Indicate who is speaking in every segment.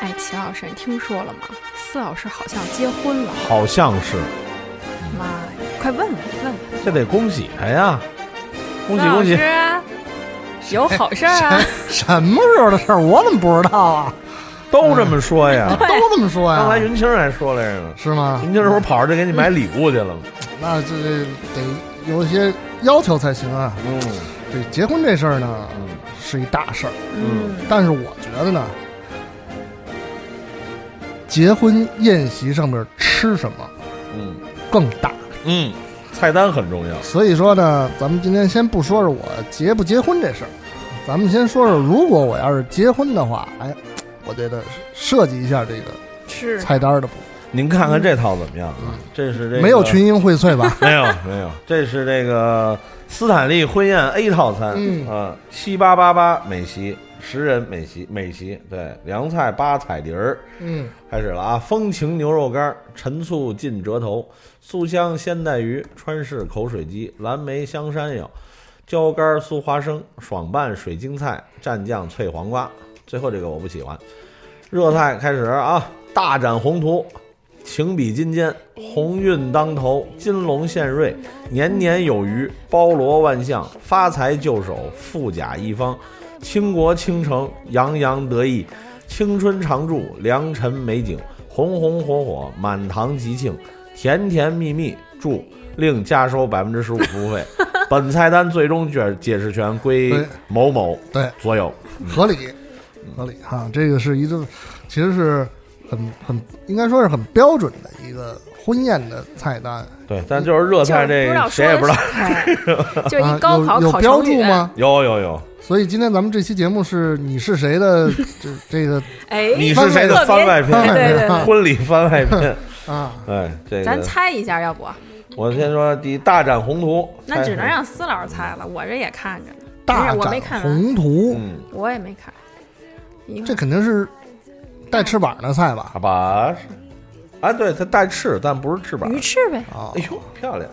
Speaker 1: 哎，齐老师，你听说了吗？四老师好像结婚了，
Speaker 2: 好像是，嗯
Speaker 1: 妈呀！快问问问问，
Speaker 2: 这得恭喜他呀！恭喜
Speaker 1: 四
Speaker 2: 恭喜
Speaker 1: 老师！ 啊，有好事儿啊！
Speaker 3: 什么时候的事儿？我怎么不知 道啊？
Speaker 2: 都这么说
Speaker 3: 啊
Speaker 2: 呀。
Speaker 3: 都这么说
Speaker 2: 刚才
Speaker 3: 呀？
Speaker 2: 云清还说来着呢，
Speaker 3: 是吗？
Speaker 2: 云清是不是跑着去给你买礼物去了吗？
Speaker 3: 那这得有一些要求才行啊。
Speaker 2: 嗯
Speaker 3: 这结婚这事儿呢，
Speaker 2: 嗯，
Speaker 3: 是一大事儿，
Speaker 1: 嗯，
Speaker 3: 但是我觉得呢，结婚宴席上面吃什么
Speaker 2: 嗯
Speaker 3: 更大。
Speaker 2: 嗯，菜单很重要。
Speaker 3: 所以说呢，咱们今天先不说说我结不结婚这事儿，咱们先说说，如果我要是结婚的话，哎，我觉得设计一下这个
Speaker 1: 是
Speaker 3: 菜单的部分，
Speaker 2: 您看看这套怎么样啊
Speaker 3: 嗯？
Speaker 2: 这是这个
Speaker 3: 没有群英荟萃 吧？
Speaker 2: 没有没有，这是这个斯坦利婚宴 A 套餐，
Speaker 3: 嗯
Speaker 2: 啊，七八八八美席，十人美席，美席对，凉菜八彩碟儿，
Speaker 3: 嗯，
Speaker 2: 开始了啊！风情牛肉干、陈醋浸折头、酥香鲜带鱼、川式口水鸡、蓝莓香山药、椒干酥花生、爽拌水晶菜、蘸酱脆黄瓜。最后这个我不喜欢。热菜开始啊！大展宏图，情比金坚，鸿运当头，金龙献瑞，年年有余，包罗万象，发财就手，富甲一方，倾国倾城，洋洋得意。青春常驻，良辰美景，红红火火，满堂吉庆，甜甜蜜蜜。祝另加收百分之十五服务费。本菜单最终解解释权归
Speaker 3: 对
Speaker 2: 某某
Speaker 3: 对，
Speaker 2: 所有。
Speaker 3: 合理，合理哈、这个是一个，其实是很很应该说是很标准的一个婚宴的菜单
Speaker 2: 对，但就是热
Speaker 1: 就是
Speaker 2: 菜
Speaker 1: 不知
Speaker 2: 这
Speaker 1: 道
Speaker 2: 谁也不知道。
Speaker 1: 道， 哎就
Speaker 3: 啊
Speaker 1: 一，高考
Speaker 3: 有有
Speaker 1: 考
Speaker 3: 标
Speaker 1: 成
Speaker 3: 注
Speaker 1: 语？啊
Speaker 3: 吗？
Speaker 2: 有有有，
Speaker 3: 所以今天咱们这期节目是你是谁的 这这个
Speaker 1: 哎，
Speaker 2: 你是谁的
Speaker 1: 特别
Speaker 2: 番外
Speaker 3: 特
Speaker 1: 对
Speaker 3: 别
Speaker 2: 篇？
Speaker 1: 对对对，
Speaker 2: 婚礼番外篇。
Speaker 3: 啊，
Speaker 2: 哎，这
Speaker 1: 咱
Speaker 2: 个
Speaker 1: 猜一下，要不？
Speaker 2: 我先说第一大展宏图，
Speaker 1: 那
Speaker 2: 嗯
Speaker 1: 只能让司老师猜了，我这也看着呢，
Speaker 3: 大
Speaker 1: 没事我没
Speaker 3: 展
Speaker 1: 看完，
Speaker 3: 宏图，
Speaker 2: 嗯，
Speaker 1: 我也没看。一会儿
Speaker 3: 这肯定是带翅膀的菜吧？
Speaker 2: 好吧。啊，对，它带翅，但不是翅膀
Speaker 1: 鱼。翅呗，
Speaker 3: 啊
Speaker 2: 哎，呦，漂亮！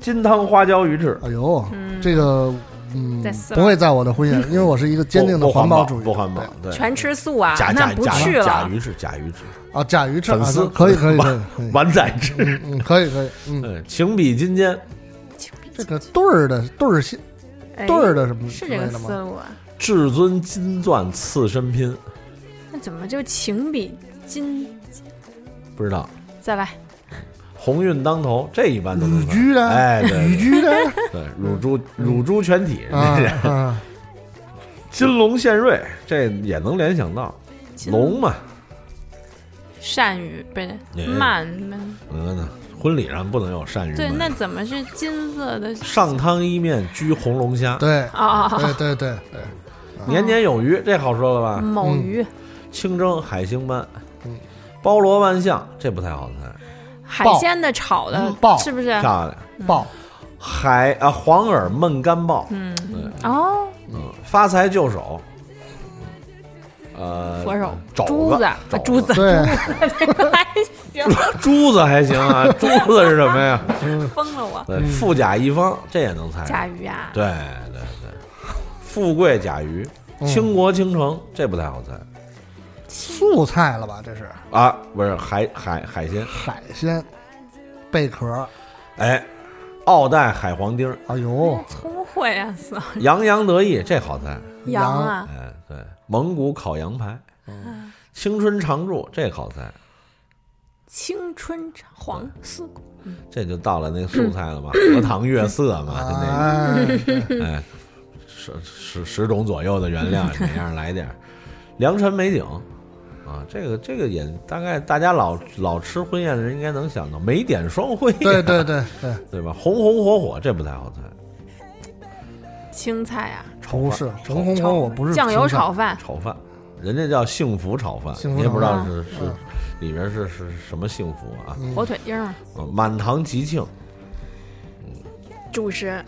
Speaker 2: 金汤花椒鱼翅，
Speaker 3: 哎呦，
Speaker 1: 嗯
Speaker 3: 这个嗯
Speaker 1: 在四楼
Speaker 3: 不会在我的 婚宴，因为我是一个坚定的
Speaker 2: 不不环
Speaker 3: 保主义，
Speaker 2: 不环保，对，
Speaker 1: 全吃素啊
Speaker 2: 假，
Speaker 1: 那
Speaker 2: 假
Speaker 1: 不
Speaker 2: 假
Speaker 1: 去
Speaker 2: 假
Speaker 1: 了。
Speaker 2: 鱼翅，假鱼翅，
Speaker 3: 对啊，甲鱼翅，
Speaker 2: 粉丝
Speaker 3: 啊可以可以可以可以，
Speaker 2: 碗仔翅，
Speaker 3: 嗯嗯可以可以，嗯，
Speaker 2: 嗯，情比金坚，
Speaker 3: 这个对儿的对儿蟹
Speaker 1: 哎
Speaker 3: 对儿的什么之
Speaker 1: 是
Speaker 3: 类
Speaker 1: 这个思
Speaker 3: 的吗？
Speaker 1: 路啊？
Speaker 2: 至尊金钻刺身拼，
Speaker 1: 那怎么就情比金？
Speaker 2: 不知道，
Speaker 1: 再来，
Speaker 2: 鸿运当头，这一般都能
Speaker 3: 乳居呢
Speaker 2: 哎，对
Speaker 3: 旅
Speaker 2: 对
Speaker 3: 居的
Speaker 2: 对，
Speaker 1: 嗯
Speaker 2: 乳猪乳猪全体，
Speaker 3: 啊
Speaker 2: 人家
Speaker 3: 啊，
Speaker 2: 金龙献瑞，这也能联想到
Speaker 1: 金
Speaker 2: 龙嘛，
Speaker 1: 鳝鱼不是
Speaker 2: 哎
Speaker 1: 鳗吗？
Speaker 2: 嗯呢，婚礼上不能有鳝鱼嘛，
Speaker 1: 对，那怎么是金色的？
Speaker 2: 上汤一面居红龙虾，
Speaker 3: 对
Speaker 1: 啊，
Speaker 3: 对对对对，
Speaker 2: 年年有
Speaker 1: 嗯
Speaker 2: 余，这好说了吧？
Speaker 1: 某
Speaker 3: 嗯
Speaker 1: 鱼、
Speaker 2: 清蒸海星斑，
Speaker 3: 嗯
Speaker 2: 包罗万象，这不太好猜，
Speaker 1: 啊海
Speaker 3: 鲍
Speaker 1: 鲜的炒的
Speaker 3: 嗯鲍，
Speaker 1: 是不是？
Speaker 2: 漂亮。
Speaker 3: 爆
Speaker 2: 海啊，黄耳焖干鲍，
Speaker 1: 嗯
Speaker 2: 对，
Speaker 1: 哦，
Speaker 2: 嗯，发财就手，呃，
Speaker 1: 佛手、
Speaker 2: 肘
Speaker 1: 珠子、啊
Speaker 2: 肘
Speaker 1: 珠子、啊
Speaker 3: 对，
Speaker 1: 还行，
Speaker 2: 珠子还行啊，珠子是什 么呀？
Speaker 1: 疯了我。
Speaker 2: 对，富甲一方，这也能猜。
Speaker 1: 嗯甲鱼啊，
Speaker 2: 对对对，富贵甲鱼，
Speaker 3: 嗯
Speaker 2: 倾国倾城，这不太好猜
Speaker 3: 素菜了吧？这是
Speaker 2: 啊，不是海海海鲜，
Speaker 3: 海鲜贝壳，
Speaker 2: 哎，奥黛海黄丁儿，
Speaker 3: 哎呦，
Speaker 1: 聪慧啊，死
Speaker 2: 洋洋得意，这好猜。
Speaker 1: 羊
Speaker 3: 羊
Speaker 1: 啊，
Speaker 2: 哎，对，蒙古烤羊排，
Speaker 3: 嗯
Speaker 2: 青春常驻，这好猜。
Speaker 1: 青春常黄丝瓜，
Speaker 2: 这就到了那个素菜了 嘛，荷塘月色嘛，
Speaker 1: 嗯
Speaker 2: 就那
Speaker 3: 哎，
Speaker 2: 哎，十十十种左右的原料，每样来点儿。良辰美景啊，这个这个也大概大家老老吃婚宴的人应该能想到，美点双汇、
Speaker 3: 对对对对，
Speaker 2: 对吧？红红火火，这不太好猜。
Speaker 1: 青菜啊，
Speaker 3: 不是
Speaker 2: 炒
Speaker 3: 红红
Speaker 1: 炒
Speaker 3: 火火，不是
Speaker 1: 酱油
Speaker 3: 芹菜
Speaker 1: 炒饭，
Speaker 2: 炒饭，人家叫幸福炒饭，
Speaker 3: 幸福
Speaker 2: 你也不知
Speaker 3: 炒
Speaker 2: 道
Speaker 1: 饭
Speaker 2: 是是
Speaker 3: 嗯
Speaker 2: 里边是是什么幸福啊？
Speaker 1: 火腿丁儿，
Speaker 2: 啊满堂吉庆，
Speaker 1: 主食。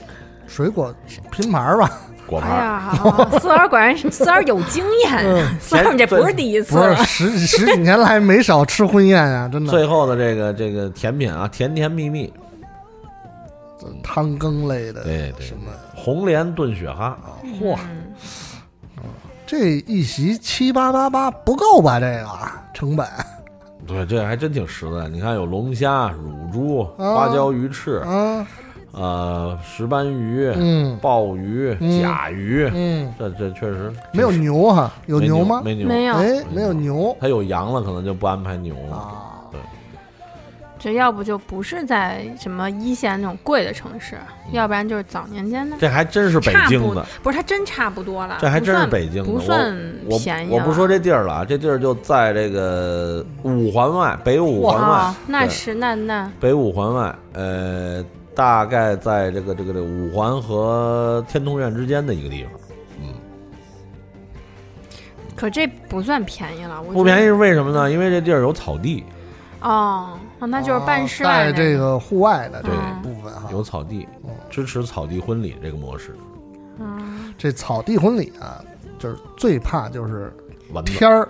Speaker 3: 水果拼盘 儿吧？
Speaker 2: 果
Speaker 1: 哎
Speaker 2: 盘儿，嗯
Speaker 1: 呀，四儿果然是四儿有经验， 四儿这不是第一次
Speaker 3: 不是
Speaker 1: 了。
Speaker 3: 十十几年来没少吃婚宴呀，真的
Speaker 2: 最后的这个这个甜品啊，甜甜蜜蜜，
Speaker 3: 汤羹
Speaker 2: 对
Speaker 3: 类的
Speaker 2: 对
Speaker 3: 什么
Speaker 2: 红莲炖雪蛤，
Speaker 3: 嚯，这一席七八八八不够吧？这个成本
Speaker 2: 对，这还真挺实在。你看有龙虾、乳猪、
Speaker 3: 啊
Speaker 2: 花椒鱼翅，
Speaker 3: 啊，
Speaker 2: 呃，石斑鱼、
Speaker 3: 嗯
Speaker 2: 鲍鱼、
Speaker 3: 嗯
Speaker 2: 甲鱼，
Speaker 3: 嗯，
Speaker 2: 这这确实
Speaker 3: 没有牛哈，有
Speaker 2: 没牛
Speaker 3: 吗？
Speaker 2: 没牛，
Speaker 1: 没有，
Speaker 3: 哎，没有牛
Speaker 2: 他有羊了，可能就不安排牛了。
Speaker 3: 啊，
Speaker 1: 这要不就不是在什么一线那种贵的城市，要不然就是早年间的。
Speaker 2: 这还真是北京的，
Speaker 1: 不是，它真差不多了。
Speaker 2: 这还真是北京的。
Speaker 1: 啊不算不
Speaker 2: 我
Speaker 1: 算便宜
Speaker 2: 我我不
Speaker 1: 了
Speaker 2: 说这地儿了啊，这地儿就在这个五环外，北五环
Speaker 1: 哦
Speaker 2: 外，，
Speaker 1: 那
Speaker 2: 对
Speaker 1: 是那那
Speaker 2: 北五环外，呃，大概在这个这个这个五环和天通苑之间的一个地方。
Speaker 1: 可这不算便宜了，我
Speaker 2: 不
Speaker 1: 觉得
Speaker 2: 便宜是为什么呢？因为这地儿有草地，
Speaker 1: 哦，哦那就是办事
Speaker 3: 啊
Speaker 1: 外
Speaker 3: 带这
Speaker 1: 个，
Speaker 3: 个户外的这
Speaker 1: 嗯
Speaker 3: 个部分哈，
Speaker 2: 有草地
Speaker 3: 嗯，
Speaker 2: 支持草地婚礼这个模式。
Speaker 1: 嗯，
Speaker 3: 这草地婚礼啊，就是最怕就是
Speaker 2: 蚊子
Speaker 3: 天儿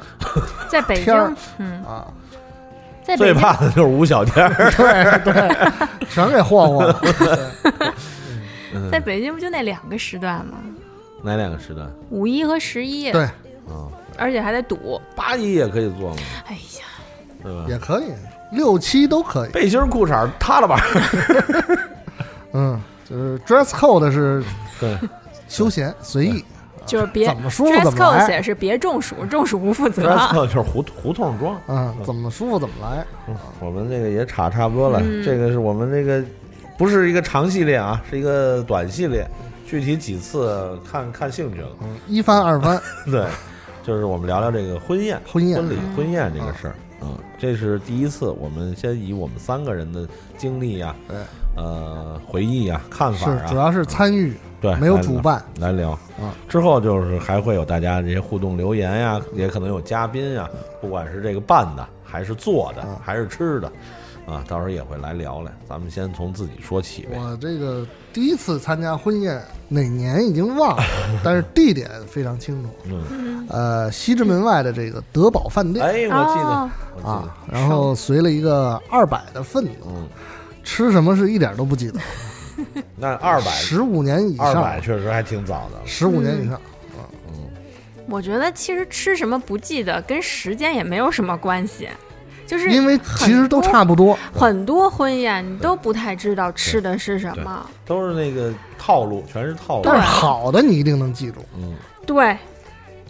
Speaker 1: 在北
Speaker 3: 天儿
Speaker 1: 京，嗯，
Speaker 3: 啊，
Speaker 1: 在北
Speaker 2: 最
Speaker 1: 京
Speaker 2: 怕的就是吴小天儿，
Speaker 3: 对对，全给霍霍了。对
Speaker 1: 在北京不就那两个时段吗？
Speaker 2: 哪两个时段？
Speaker 1: 五一和十一，
Speaker 3: 对
Speaker 2: 啊，
Speaker 1: 而且还得堵。
Speaker 2: 八一也可以做嘛，
Speaker 1: 哎呀，
Speaker 2: 对吧？
Speaker 3: 也可以，六七都可以。
Speaker 2: 背心儿裤衩儿塌了吧？
Speaker 3: 嗯，就是 dress code 是
Speaker 2: 对，
Speaker 3: 休闲随意，
Speaker 1: 就是别
Speaker 3: 啊怎么舒服
Speaker 1: dress
Speaker 3: 怎么
Speaker 1: code
Speaker 3: 来。
Speaker 1: 写是别中暑，中暑不负 责。
Speaker 2: 然后就是胡胡同装。
Speaker 3: 嗯，怎么舒服怎么来。
Speaker 2: 嗯我们这个也差差不多了，
Speaker 1: 嗯
Speaker 2: 这个是我们这个不是一个长系列啊，是一个短系列，具体几次看看兴趣了。
Speaker 3: 嗯，一番二番，
Speaker 2: 对，就是我们聊聊这个婚宴、
Speaker 3: 婚宴
Speaker 2: 婚礼、婚宴这个事儿。嗯，这是第一次，我们先以我们三个人的经历呀、
Speaker 3: 对，
Speaker 2: 呃，回忆呀、看法
Speaker 3: 是哎主
Speaker 2: 啊，
Speaker 3: 要是参与，
Speaker 2: 对，
Speaker 3: 没有
Speaker 2: 来
Speaker 3: 主办。
Speaker 2: 来聊
Speaker 3: 啊。
Speaker 2: 之后就是还会有大家这些互动留言呀，也可能有嘉宾呀，不管是这个办的，还是做的
Speaker 3: 啊，
Speaker 2: 还是吃的，啊，到时候也会来聊来。咱们先从自己说起呗。
Speaker 3: 我这个第一次参加婚宴，哪年已经 忘了，但是地点非常清楚。
Speaker 2: 嗯，
Speaker 1: 嗯，
Speaker 3: 呃，西直门外的这个德宝饭店
Speaker 2: 哎，我记得，
Speaker 1: 哦，
Speaker 2: 我记得
Speaker 3: 啊，，然后随了一个二百的份子，
Speaker 2: 嗯，
Speaker 3: 吃什么是一点都不记得了，
Speaker 2: 那二百
Speaker 3: 十五年以
Speaker 2: 二
Speaker 3: 上
Speaker 2: 百，确实还挺早的了。嗯
Speaker 3: 十五年以上。
Speaker 1: 我觉得其实吃什么不记得跟时间也没有什么关系，就是
Speaker 3: 因为其实都
Speaker 1: 很多
Speaker 3: 差不多，
Speaker 1: 嗯很多婚宴你都不太知道吃的是什么。
Speaker 2: 都是那个套路，全是套路。
Speaker 3: 但是好的你一定能记住。
Speaker 2: 嗯，
Speaker 1: 对，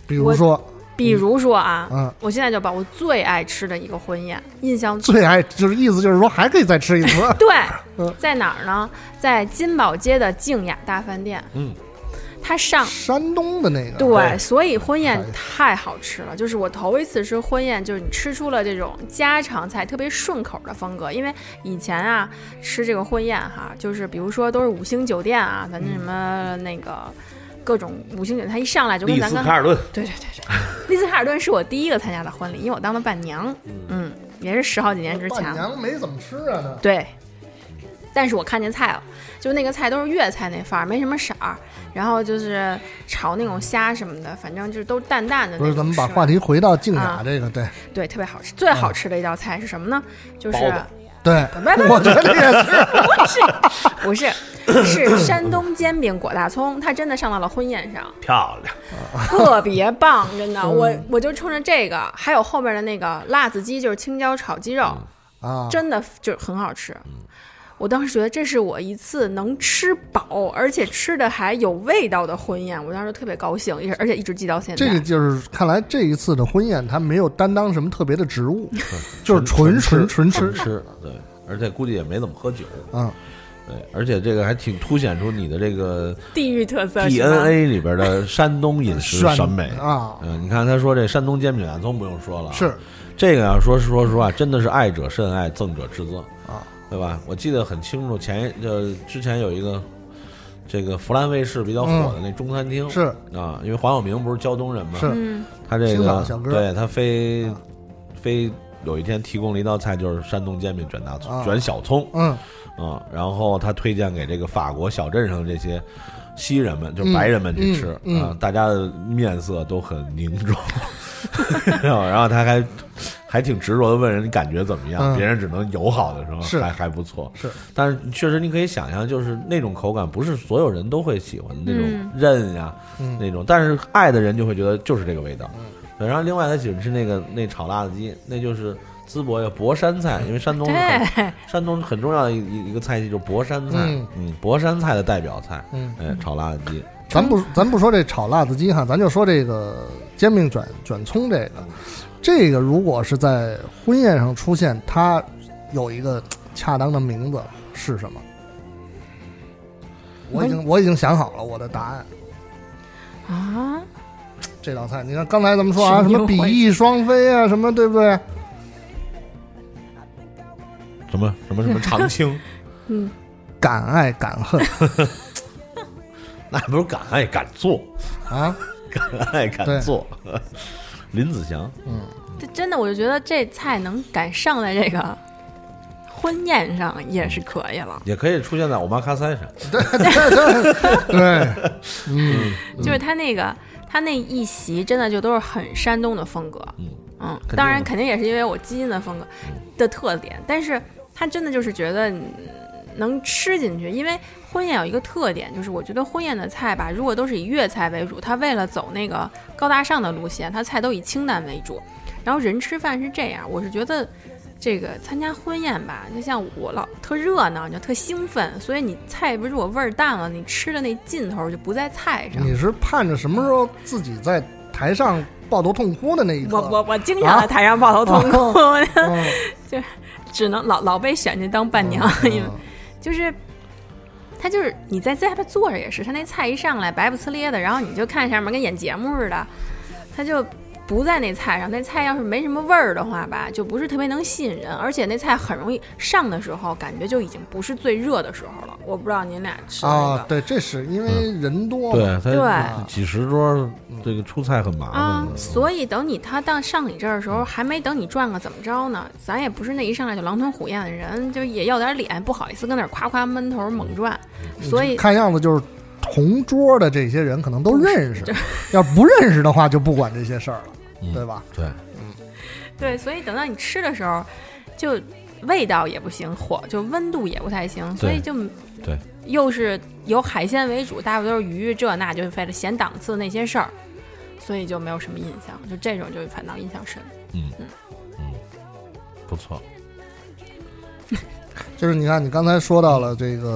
Speaker 3: 比如说，
Speaker 1: 比如说啊，
Speaker 3: 嗯，
Speaker 1: 我现在就把我最爱吃的一个婚宴印象最。
Speaker 3: 最爱就是意思就是说还可以再吃一次
Speaker 1: 对
Speaker 3: 嗯，
Speaker 1: 在哪儿呢？在金宝街的静雅大饭店。
Speaker 2: 嗯，
Speaker 1: 它上
Speaker 3: 山东的那个，
Speaker 1: 对，
Speaker 2: 对
Speaker 1: 所以婚宴
Speaker 3: 哎呀
Speaker 1: 太好吃了。就是我头一次吃婚宴，就是你吃出了这种家常菜特别顺口的风格。因为以前啊，吃这个婚宴哈，就是比如说都是五星酒店啊，咱那什么那个各种五星酒店，它一上来就跟
Speaker 2: 丽
Speaker 1: 咱
Speaker 2: 思
Speaker 1: 刚
Speaker 2: 卡尔顿，
Speaker 1: 对对对对，丽思卡尔顿是我第一个参加的婚礼，因为我当了伴娘，嗯，也是十好几年之前
Speaker 3: 伴
Speaker 1: 了。
Speaker 3: 娘没怎么吃啊，那
Speaker 1: 对，但是我看见菜了，啊就那个菜都是粤菜那范儿，没什么色儿，然后就是炒那种虾什么的，反正就是都淡淡的
Speaker 3: 不
Speaker 1: 那
Speaker 3: 是，
Speaker 1: 种吃
Speaker 3: 咱
Speaker 1: 法。
Speaker 3: 们把话题回到静雅
Speaker 1: 啊
Speaker 3: 这个，对
Speaker 1: 对特别好吃，最好吃的一道菜是什么呢？
Speaker 3: 嗯
Speaker 1: 就是
Speaker 2: 包子
Speaker 3: 对，
Speaker 1: 没没
Speaker 3: 我觉得也是。
Speaker 1: 不是是山东煎饼果大葱，它真的上到了婚宴上，
Speaker 2: 漂亮。
Speaker 1: 特别棒，真的，我我就冲着这个，还有后面的那个辣子鸡，就是青椒炒鸡肉，
Speaker 3: 啊，嗯
Speaker 1: 真的就很好吃。我当时觉得这是我一次能吃饱，而且吃的还有味道的婚宴，我当时特别高兴，一而且一直记到现在。
Speaker 3: 这个就是看来这一次的婚宴，它没有担当什么特别的职 务， 就是纯
Speaker 2: 纯
Speaker 3: 纯纯吃
Speaker 2: 纯吃，对，而且估计也没怎么喝酒，
Speaker 3: 嗯，
Speaker 2: 对，而且这个还挺凸显出你的这个
Speaker 1: 地域特色是吧
Speaker 2: DNA 里边的山东饮 食
Speaker 3: 选
Speaker 2: 审美。
Speaker 3: 啊，
Speaker 2: 嗯，你看他说这山东煎饼大葱不用说了，啊
Speaker 3: 是
Speaker 2: 这个啊要说是说实话，真的是爱者甚爱，憎者之憎
Speaker 3: 啊，
Speaker 2: 对吧？我记得很清楚，前呃之前有一个这个湖南卫视比较火的那中餐厅、
Speaker 3: 嗯是
Speaker 2: 啊，因为黄晓明不是胶东人嘛，
Speaker 3: 是
Speaker 1: 嗯，
Speaker 2: 他这
Speaker 3: 青岛
Speaker 2: 个
Speaker 3: 小哥
Speaker 2: 对他非、
Speaker 3: 啊
Speaker 2: 非有一天提供了一道菜，就是山东煎饼卷大葱、
Speaker 3: 啊
Speaker 2: 卷小葱
Speaker 3: 嗯
Speaker 2: 啊，然后他推荐给这个法国小镇上这些。西人们就是白人们去吃、
Speaker 3: 嗯嗯
Speaker 2: 啊，大家的面色都很凝重，然后然后他还还挺执着的问人你感觉怎么样，
Speaker 3: 嗯
Speaker 2: 别人只能友好的时候
Speaker 3: 是
Speaker 2: 还还不错。
Speaker 3: 是，
Speaker 2: 但是确实你可以想象，就是那种口感不是所有人都会喜欢的那种
Speaker 1: 嗯
Speaker 2: 韧呀、
Speaker 3: 嗯，
Speaker 2: 那种，但是爱的人就会觉得就是这个味道。对，然后另外他喜欢吃那个那炒辣子鸡，那就是淄博呀博山菜，因为山东是很
Speaker 1: 对，
Speaker 2: 山东很重要的一一一个菜系就是博山菜，
Speaker 3: 嗯
Speaker 2: 嗯，博山菜的代表菜，
Speaker 3: 嗯，
Speaker 2: 哎，炒辣子鸡，
Speaker 3: 咱不咱不说这炒辣子鸡哈，咱就说这个煎饼卷卷葱这个，这个如果是在婚宴上出现，它有一个恰当的名字是什么？我已经我已经想好了我的答案。
Speaker 1: 啊，
Speaker 3: 这道菜，你看刚才咱们说啊，什
Speaker 1: 神
Speaker 3: 么
Speaker 1: 游
Speaker 3: 比
Speaker 1: 会
Speaker 3: 翼双飞啊，什么对不对？
Speaker 2: 什么什么什么长青，
Speaker 1: 嗯，
Speaker 3: 敢爱敢恨
Speaker 2: 那不是敢爱敢做，
Speaker 3: 啊，
Speaker 2: 敢爱敢
Speaker 3: 对
Speaker 2: 做，林子祥，
Speaker 3: 嗯，
Speaker 1: 这真的我就觉得这菜能敢上在这个婚宴上也是可以了，
Speaker 2: 也可以出现在我妈咖塞上，
Speaker 3: 对对对对，嗯，
Speaker 1: 就是他那个他那一席真的就都是很山东的风格，
Speaker 2: 嗯，
Speaker 1: 嗯
Speaker 2: 肯定，
Speaker 1: 当然
Speaker 2: 的
Speaker 1: 肯定也是因为我基因的风格的特点，但是他真的就是觉得嗯能吃进去，因为婚宴有一个特点，就是我觉得婚宴的菜吧，如果都是以粤菜为主，他为了走那个高大上的路线，他菜都以清淡为主，然后人吃饭是这样，我是觉得。这个参加婚宴吧，就像我老特热闹，你就特兴奋，所以你菜如果味儿淡了，你吃的那劲头就不在菜上。
Speaker 3: 你是盼着什么时候自己在台上抱头痛哭的那一刻？
Speaker 1: 我我我经常在台上抱头痛哭，
Speaker 3: 嗯
Speaker 1: 只能老老被选去当伴娘，
Speaker 3: 嗯
Speaker 1: 因为就是他就是你在在他坐着也是，他那菜一上来白不呲咧的，然后你就看上面跟演节目似的，他就不在那菜上。那菜要是没什么味儿的话吧，就不是特别能吸引人，而且那菜很容易上的时候，感觉就已经不是最热的时候了。我不知道您俩吃那
Speaker 3: 啊
Speaker 1: 个，
Speaker 3: 对，这是因为人多嘛，
Speaker 2: 对，他
Speaker 1: 对
Speaker 2: 几十桌，这个出菜很麻
Speaker 1: 啊
Speaker 2: 烦的，，
Speaker 1: 所以等你他到上你这儿的时候，还没等你转个怎么着呢？咱也不是那一上来就狼吞虎咽的人，就也要点脸，不好意思跟那儿夸夸闷头猛转，
Speaker 2: 嗯
Speaker 1: 所以
Speaker 3: 看样子就是。同桌的这些人可能都认 识，要不认识的话就不管这些事儿了，
Speaker 2: 嗯
Speaker 3: 对吧？
Speaker 2: 对，
Speaker 1: 对，所以等到你吃的时候，就味道也不行，火就温度也不太行，所以就
Speaker 2: 对，
Speaker 1: 又是由海鲜为主，大部分都是鱼这那，就为了显档次那些事儿，所以就没有什么印象，就这种就反倒印象深。
Speaker 2: 不错，
Speaker 3: 就是你看，你刚才说到了这个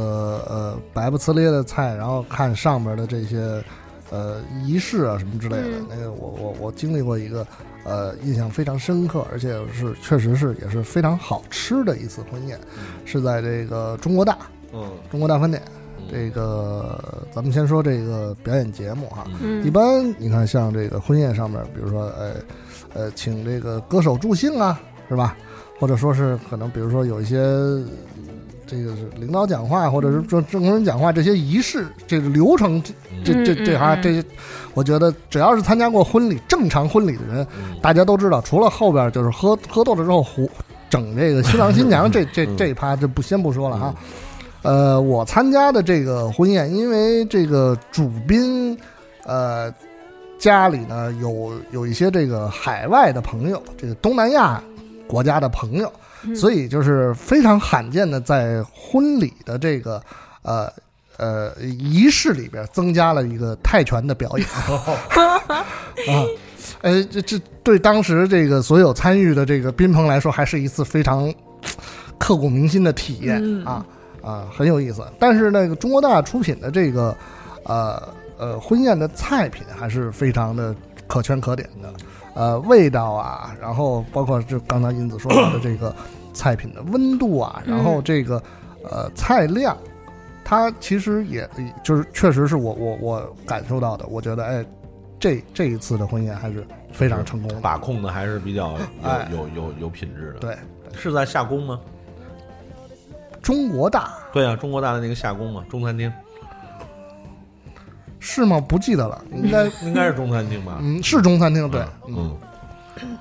Speaker 3: 呃白不呲咧的菜，然后看上面的这些呃仪式啊什么之类的
Speaker 1: 嗯。
Speaker 3: 那个我我我经历过一个呃印象非常深刻，而且是确实是也是非常好吃的一次婚宴，是在这个中国大
Speaker 2: 嗯，
Speaker 3: 中国大饭店。
Speaker 2: 嗯
Speaker 3: 这个咱们先说这个表演节目哈，一
Speaker 1: 嗯，
Speaker 3: 般你看像这个婚宴上面，比如说呃呃，请这个歌手助兴啊，是吧？或者说是可能比如说有一些呃这个是领导讲话，或者是说政工人讲话这些仪式，这个流程这这这这哈
Speaker 1: 嗯嗯嗯
Speaker 3: 这些，我觉得只要是参加过婚礼正常婚礼的人，
Speaker 2: 嗯
Speaker 3: 大家都知道，除了后边就是喝喝多了之后胡整这个新郎新娘这这这一趴，这不先不说了啊。呃，我参加的这个婚宴，因为这个主宾，呃，家里呢有有一些这个海外的朋友，这个东南亚国家的朋友，
Speaker 1: 嗯
Speaker 3: 所以就是非常罕见的在婚礼的这个呃呃仪式里边增加了一个泰拳的 表演啊。呃，这这对当时这个所有参与的这个宾朋来说，还是一次非常刻骨铭心的体验
Speaker 1: 嗯
Speaker 3: 啊啊，很有意思。但是那个中国大出品的这个呃呃婚宴的菜品还是非常的可圈可点的，呃，味道啊，然后包括就刚才英子说到的这个菜品的温度啊，然后这个呃菜量，它其实也就是确实是我我我感受到的，我觉得哎，这这一次的婚宴还是非常成功的，
Speaker 2: 把控的还是比较
Speaker 3: 哎
Speaker 2: 有有有有品质的。，
Speaker 3: 对，
Speaker 2: 是在夏宫吗？
Speaker 3: 中国大
Speaker 2: 对啊，中国大的那个夏宫嘛，中餐厅
Speaker 3: 是吗？不记得了，应 该
Speaker 2: 应该是中餐厅吧？
Speaker 3: 嗯是中餐厅对，嗯
Speaker 2: 嗯，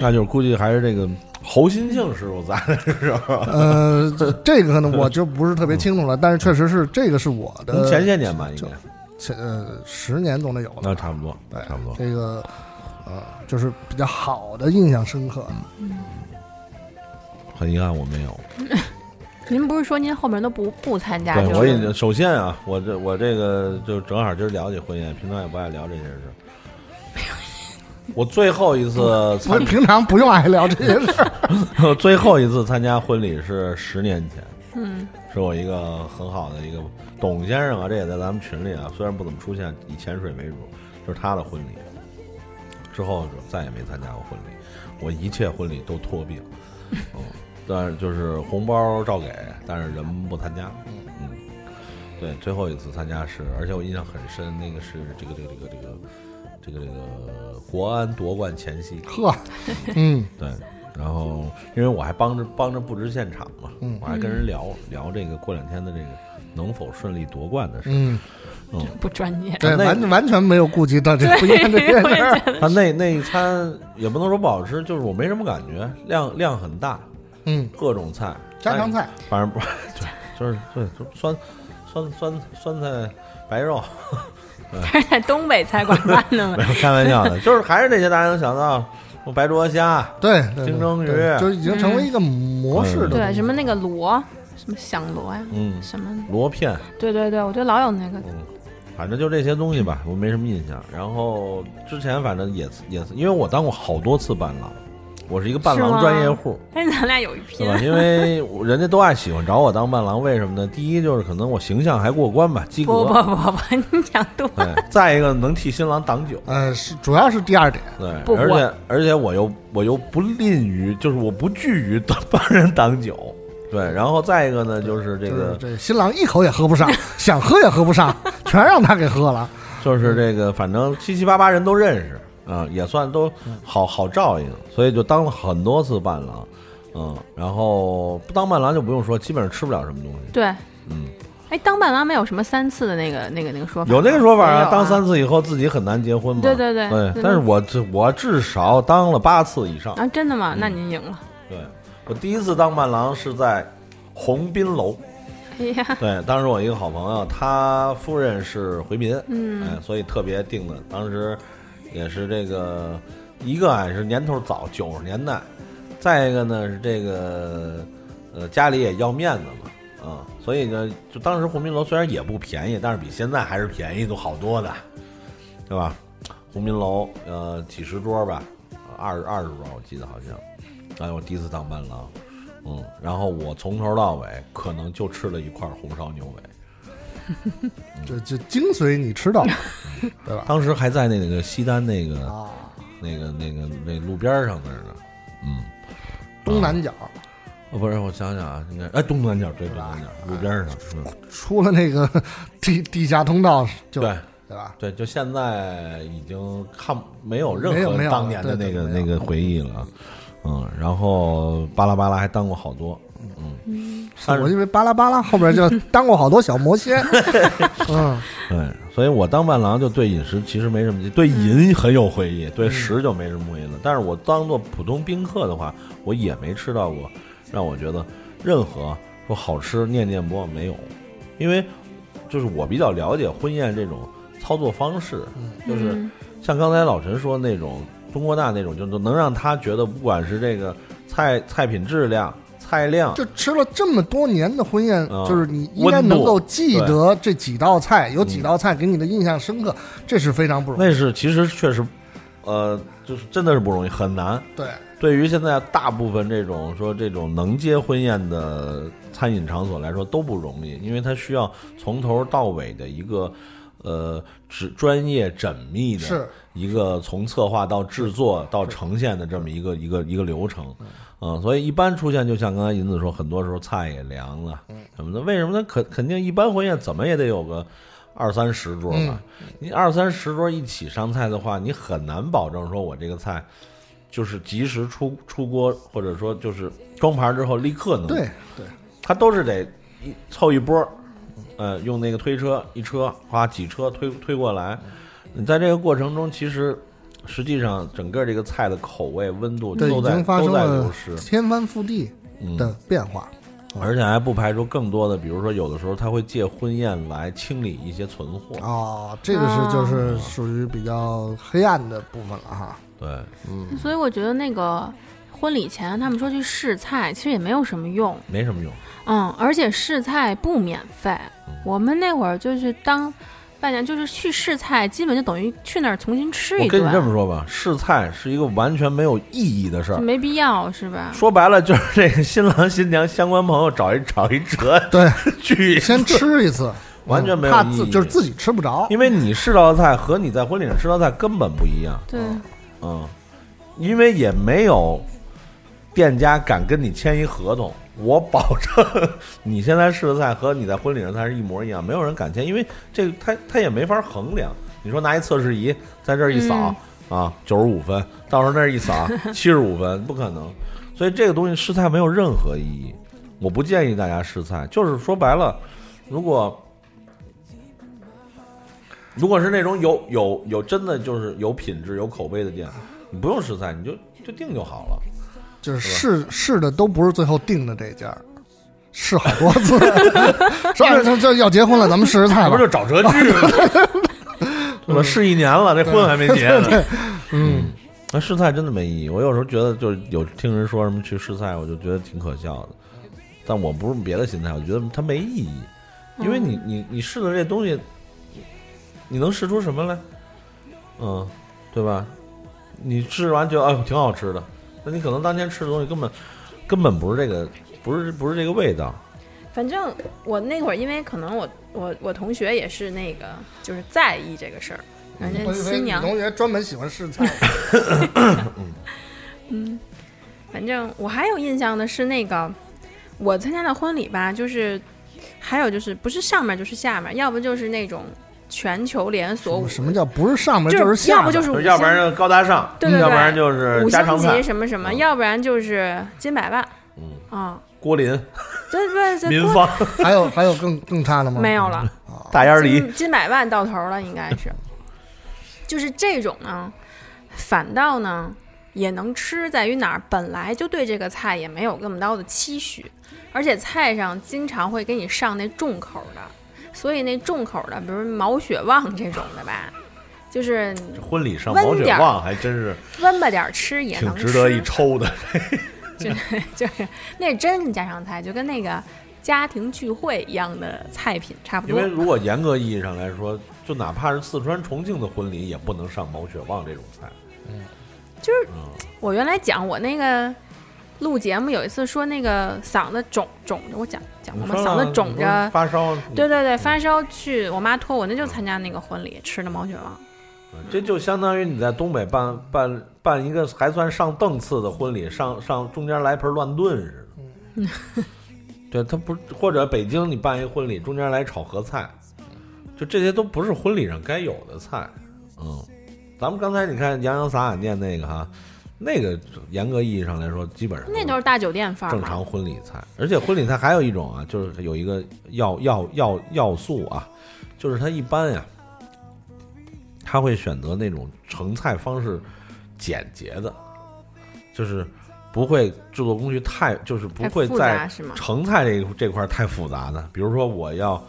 Speaker 2: 那就是估计还是这个侯新庆师傅在的时候，
Speaker 3: 呃这这个呢我就不是特别清楚了，但是确实是这个是我的
Speaker 2: 从前些年吧，应
Speaker 3: 就
Speaker 2: 该
Speaker 3: 前呃十年总得有了，
Speaker 2: 那差不多，
Speaker 3: 对
Speaker 2: 差不多。
Speaker 3: 这个啊，就是比较好的印象深刻。
Speaker 1: 嗯
Speaker 2: 很遗憾我没有。
Speaker 1: 您不是说您后面都不不参加这
Speaker 2: 对，
Speaker 1: 个？
Speaker 2: 我已经首先啊，我这我这个就正好今儿了解婚宴，平常也不爱聊这件事。我最后一次
Speaker 3: 所
Speaker 2: 参
Speaker 3: 以，平常不用爱聊这些事儿。
Speaker 2: 我 最后一次参加婚礼是十年前，
Speaker 1: 嗯
Speaker 2: 是我一个很好的一个董先生啊，这也在咱们群里啊，虽然不怎么出现，以潜水为主，就是他的婚礼，之后就再也没参加过婚礼，我一切婚礼都托病，嗯，但是就是红包照给，但是人不参加，嗯，对，最后一次参加是，而且我印象很深，那个是这个这个这个这个这个这个国安夺冠前夕，
Speaker 3: 呵，嗯
Speaker 2: 对，然后因为我还帮着帮着布置现场嘛，
Speaker 3: 嗯
Speaker 2: 我还跟人聊聊这个过两天的这个能否顺利夺冠的事。
Speaker 3: 嗯，
Speaker 1: 不专业。
Speaker 3: 对，
Speaker 2: 那个
Speaker 3: 完完全没有顾及到这婚宴这件事儿。
Speaker 2: 他那那一餐也不能说不好吃，就是我没什么感觉，量量很大，
Speaker 3: 嗯，
Speaker 2: 各种菜，
Speaker 3: 家常
Speaker 1: 哎
Speaker 3: 菜，
Speaker 2: 但是，反正不 对，就是对，就是酸酸酸酸菜白 肉，
Speaker 1: 他是在东北菜馆办的 吗
Speaker 2: 没？有开玩笑的，就是还是那些大家能想到，什么白灼虾，
Speaker 3: 对，对
Speaker 2: 金蒸鱼
Speaker 3: 对就已经成为一个模式的东
Speaker 1: 嗯对，
Speaker 3: 西。
Speaker 1: 什么那个螺，什么响螺呀、
Speaker 2: 嗯，
Speaker 1: 什么？
Speaker 2: 螺片，
Speaker 1: 对对对，我觉得老有那 个。
Speaker 2: 嗯，反正就这些东西吧，我没什么印象。然后之前反正也也因为我当过好多次伴郎，我是一个伴
Speaker 1: 是吗
Speaker 2: 郎专业户，
Speaker 1: 哎，咱俩有一
Speaker 2: 对
Speaker 1: 拼
Speaker 2: 吧？因为我人家都爱喜欢找我当伴郎，为什么呢？第一就是可能我形象还过关吧，及
Speaker 1: 不不
Speaker 2: 格。
Speaker 1: 不不，你 讲多。
Speaker 2: 对，再一个能替新郎挡酒，
Speaker 3: 呃，是主要是第二点，
Speaker 2: 对，
Speaker 1: 不
Speaker 2: 而
Speaker 1: 我
Speaker 2: 且而且我又我又不吝于，就是我不惧于当帮人挡酒，对，然后再一个呢，就是这
Speaker 3: 就是
Speaker 2: 个
Speaker 3: 这新郎一口也喝不上，想喝也喝不上， 全让他给喝了。
Speaker 2: 就是这个，反正七七八八人都认识啊，也算都好好照应，所以就当了很多次伴郎，嗯，然后不当伴郎就不用说，基本上吃不了什么东西，
Speaker 1: 对，
Speaker 2: 嗯，
Speaker 1: 哎，当伴郎没有什么三次的那个那个那个说法吗。
Speaker 2: 有那个说法
Speaker 1: 没有
Speaker 2: 啊
Speaker 1: 啊，，
Speaker 2: 当三次以后自己很难结婚嘛，
Speaker 1: 对对对
Speaker 2: 对
Speaker 1: 对，
Speaker 2: 但是我至我至少当了八次以上，
Speaker 1: 啊，真的
Speaker 2: 嗯
Speaker 1: 吗？那您赢了。
Speaker 2: 对我第一次当伴郎是在鸿宾楼，
Speaker 1: 哎呀，
Speaker 2: 对，当时我一个好朋友，他夫人是回民，
Speaker 1: 嗯
Speaker 2: 哎，所以特别定的。当时也是这个一个啊是年头早，九十年代；再一个呢是这个呃家里也要面子嘛，啊、所以呢就当时鸿宾楼虽然也不便宜，但是比现在还是便宜都好多的，对吧？鸿宾楼呃几十桌吧，二十二十桌我记得好像。哎，我第一次当伴郎，嗯，然后我从头到尾可能就吃了一块红烧牛尾。
Speaker 3: 就就精髓你吃到，对吧？
Speaker 2: 当时还在那个西单那个
Speaker 3: 啊，
Speaker 2: 那个那个那路边儿上那儿呢。嗯，
Speaker 3: 东南角
Speaker 2: 哦，不是，我想想啊，应该哎，东南角对，东南角路边
Speaker 3: 哎
Speaker 2: 儿上，嗯，
Speaker 3: 出了那个地地下通道，就
Speaker 2: 对
Speaker 3: 对吧？
Speaker 2: 对，就现在已经看没有
Speaker 3: 没
Speaker 2: 任
Speaker 3: 有
Speaker 2: 何
Speaker 3: 没有
Speaker 2: 当年的
Speaker 3: 对
Speaker 2: 那
Speaker 3: 对
Speaker 2: 个那
Speaker 3: 没有
Speaker 2: 个回忆了，嗯，然后巴拉巴拉还当过好多，但是
Speaker 3: 我因为巴拉巴拉后边就当过好多小魔 仙，嗯，
Speaker 2: 对，所以我当伴郎就对饮食其实没什么，对饮很有回忆，对食就没什么回忆了。但是我当做普通宾客的话，我也没吃到过让我觉得任何说好吃念念不忘没有，因为就是我比较了解婚宴这种操作方式，就是
Speaker 1: 嗯
Speaker 2: 像刚才老陈说那种中国大那种，就能让他觉得不管是这个菜菜品质量、菜量，
Speaker 3: 就吃了这么多年的婚宴，
Speaker 2: 嗯
Speaker 3: 就是你应该能够记
Speaker 2: 温
Speaker 3: 得这几道菜，有几道菜给你的印象深刻，这是非常不容易。
Speaker 2: 那是其实确实，呃，就是真的是不容易，很难。
Speaker 3: 对，
Speaker 2: 对于现在大部分这种说这种能接婚宴的餐饮场所来说都不容易，因为它需要从头到尾的一个呃只专业缜密的
Speaker 3: 是
Speaker 2: 一个从策划到制作到呈现的这么一个一个一个流程，嗯，所以一般出现就像刚才银子说，很多时候菜也凉了什么的，为什么呢？肯肯定一般婚宴怎么也得有个二三十桌吧，你二三十桌一起上菜的话，你很难保证说我这个菜就是及时出出锅，或者说就是装盘之后立刻能，
Speaker 3: 对，对，
Speaker 2: 它都是得一凑一波儿，呃，用那个推车一车，哗几车推推过来。你在这个过程中，其实实际上整个这个菜的口味、温度
Speaker 3: 对，
Speaker 2: 都
Speaker 3: 已
Speaker 2: 在
Speaker 3: 经发生
Speaker 2: 都在
Speaker 3: 了
Speaker 2: 流失。
Speaker 3: 天翻覆地
Speaker 2: 嗯，
Speaker 3: 的变化。
Speaker 2: 而且还不排除更多的，比如说有的时候他会借婚宴来清理一些存货。
Speaker 3: 哦，这个是就是属于比较黑暗的部分了哈。
Speaker 2: 对，
Speaker 3: 嗯，
Speaker 1: 所以我觉得那个婚礼前他们说去试菜，其实也没有什么用。
Speaker 2: 没什么用。
Speaker 1: 嗯，而且试菜不免费。我们那会儿就是当伴娘，就是去试菜，基本就等于去那儿重新吃
Speaker 2: 我
Speaker 1: 一
Speaker 2: 跟你这
Speaker 1: 顿，
Speaker 2: 么说吧，试菜是一个完全没有意义的事
Speaker 1: 就
Speaker 2: 儿。
Speaker 1: 没必要是吧？
Speaker 2: 说白了就是这个新郎新娘相关朋友找一找一辙
Speaker 3: 对，
Speaker 2: 去
Speaker 3: 先，吃一次，
Speaker 2: 完全没有
Speaker 3: 怕
Speaker 2: 意
Speaker 3: 自
Speaker 2: 义
Speaker 3: 就是自己吃不着。
Speaker 2: 因为你试到的菜和你在婚礼上吃到的菜根本不一样。
Speaker 1: 对，
Speaker 2: 嗯，因为也没有店家敢跟你签一合同，我保证你现在试的菜和你在婚礼上菜是一模一样，没有人敢签，因为这个他他也没法衡量。你说拿一测试仪在这儿一扫、啊，九十五分，到时候那儿一扫七十五分，不可能。所以这个东西试菜没有任何意义，我不建议大家试菜。就是说白了，如果如果是那种有有有真的就是有品质有口碑的店，你不用试菜，你就就定就好了。
Speaker 3: 就是试试的都不是最后定的这家儿，试好多次， 说哎这这要结婚了，咱们试试菜
Speaker 2: 那不
Speaker 3: 吧
Speaker 2: 是。就找辙去吗？我试一年了，这婚还没结呢。
Speaker 3: 嗯，
Speaker 2: 那试菜真的没意义。我有时候觉得，就是有听人说什么去试菜，我就觉得挺可笑的。但我不是别的心态，我觉得它没意义，
Speaker 1: 嗯
Speaker 2: 因为你你你试的这东西，你能试出什么来？嗯，对吧？你试完觉得哎呦挺好吃的，那你可能当天吃的东西根本根本不是这个，不是不是这个味道。
Speaker 1: 反正我那会儿，因为可能我我我同学也是那个，就是在意这个事儿，人家嗯新娘
Speaker 3: 嗯同学专门喜欢试菜，
Speaker 1: 反正我还有印象的是那个我参加的婚礼吧，就是还有就是不是上面就是下面，要不就是那种全球连锁舞，
Speaker 3: 什么叫不是上面
Speaker 1: 就是
Speaker 3: 下
Speaker 1: 要
Speaker 3: 面？
Speaker 1: 不就是五星
Speaker 2: 要不然就高大上，
Speaker 1: 对对对
Speaker 2: 要不然就是
Speaker 1: 五
Speaker 2: 家
Speaker 1: 星
Speaker 2: 常
Speaker 1: 级
Speaker 2: 菜，
Speaker 1: 什么什么，
Speaker 2: 嗯
Speaker 1: 要不然就是金百万
Speaker 2: 嗯，
Speaker 1: 啊，
Speaker 2: 郭林、
Speaker 1: 对对哦对，
Speaker 2: 民
Speaker 1: 多
Speaker 2: 芳、
Speaker 3: 还有还有更更差的吗？
Speaker 1: 没有 了，
Speaker 2: 大烟梨，
Speaker 1: 金金百万到头了，应该是，就是这种呢，反倒呢也能吃，在于哪儿？本来就对这个菜也没有那么高的期许，而且菜上经常会给你上那重口的，所以那重口的，比如毛血旺这种的吧，就是
Speaker 2: 婚礼上毛血旺还真是
Speaker 1: 温吧点儿吃也
Speaker 2: 挺
Speaker 1: 能吃，
Speaker 2: 值得一抽的。
Speaker 1: 就是那真家常菜，就跟那个家庭聚会一样的菜品差不
Speaker 2: 因
Speaker 1: 多
Speaker 2: 为。如果严格意义上来说，就哪怕是四川、重庆的婚礼，也不能上毛血旺这种菜。嗯
Speaker 1: 我原来讲我那个录节目有一次说那个嗓子肿肿着，我讲讲过
Speaker 2: 你
Speaker 1: 吗？
Speaker 2: 说
Speaker 1: 嗓
Speaker 2: 了
Speaker 1: 子肿
Speaker 2: 你
Speaker 1: 着，
Speaker 2: 发烧，
Speaker 1: 对对对，发烧去我妈托我，那就参加那个婚礼吃的毛血旺。
Speaker 2: 这就相当于你在东北办办办一个还算上档次的婚礼，上上中间来盆乱炖似的。 对他不，或者北京你办一婚礼，中间来炒合菜，就这些都不是婚礼上该有的菜。嗯，咱们刚才你看洋洋洒洒念那个哈，那个严格意义上来说，基本上
Speaker 1: 那
Speaker 2: 都
Speaker 1: 都是大酒店范儿
Speaker 2: 正
Speaker 1: 嘛。
Speaker 2: 常婚礼菜，而且婚礼菜还有一种啊，就是有一个要要要要素啊，就是它一般呀、他会选择那种盛菜方式简洁的，就是不会制作工序太，就是不
Speaker 1: 太
Speaker 2: 会
Speaker 1: 复
Speaker 2: 在
Speaker 1: 杂是吗？
Speaker 2: 成菜这这块儿太复杂的，比如说我要，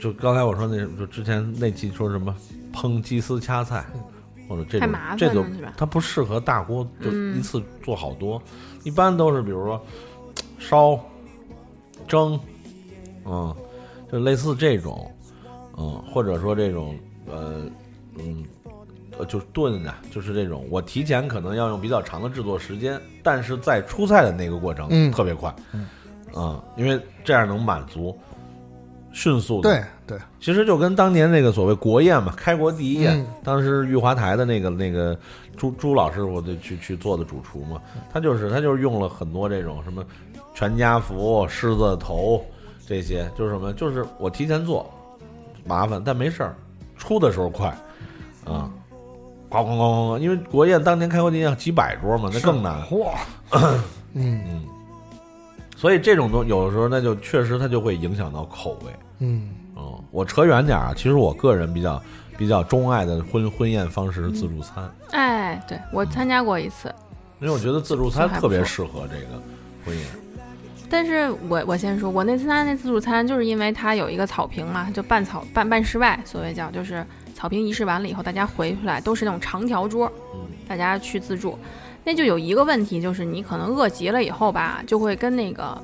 Speaker 2: 就刚才我说那，就之前那期说什么烹鸡丝掐菜，或者这
Speaker 1: 太
Speaker 2: 种
Speaker 1: 麻烦
Speaker 2: 这种
Speaker 1: 了是吧
Speaker 2: 它不适合大锅，就
Speaker 1: 嗯
Speaker 2: 一次做好多，一般都是比如说烧、蒸，嗯，就类似这种，嗯，或者说这种呃嗯。呃，就是炖啊，就是这种，我提前可能要用比较长的制作时间，但是在出菜的那个过程，
Speaker 3: 嗯
Speaker 2: 特别快，嗯，因为这样能满足迅速的。
Speaker 3: 对对，
Speaker 2: 其实就跟当年那个所谓国宴嘛，开国第一宴，
Speaker 3: 嗯
Speaker 2: 当时玉华台的那个那个朱朱老师傅就去去做的主厨嘛，他就是他就是用了很多这种什么全家福、狮子头这些，就是什么就是我提前做麻烦，但没事儿，出的时候快啊。咣咣咣咣咣！因为国宴当年开国第一宴几百桌嘛，那更难。
Speaker 3: 嚯，嗯
Speaker 2: 嗯，所以这种东有的时候那就确实它就会影响到口味。
Speaker 3: 嗯，
Speaker 2: 嗯，我扯远点儿啊，其实我个人比较比较钟爱的婚婚宴方式是自助餐，
Speaker 1: 哎，对我参加过一次，
Speaker 2: 因为我觉得自助餐
Speaker 1: 这还不
Speaker 2: 特别
Speaker 1: 错
Speaker 2: 适合这个婚宴。
Speaker 1: 但是我我先说，我那次参加那自助餐，就是因为它有一个草坪嘛，就半草半半室外，所谓叫就是草坪仪式完了以后，大家回出来都是那种长条桌，
Speaker 2: 嗯
Speaker 1: 大家去自助，那就有一个问题，就是你可能饿极了以后吧，就会跟那个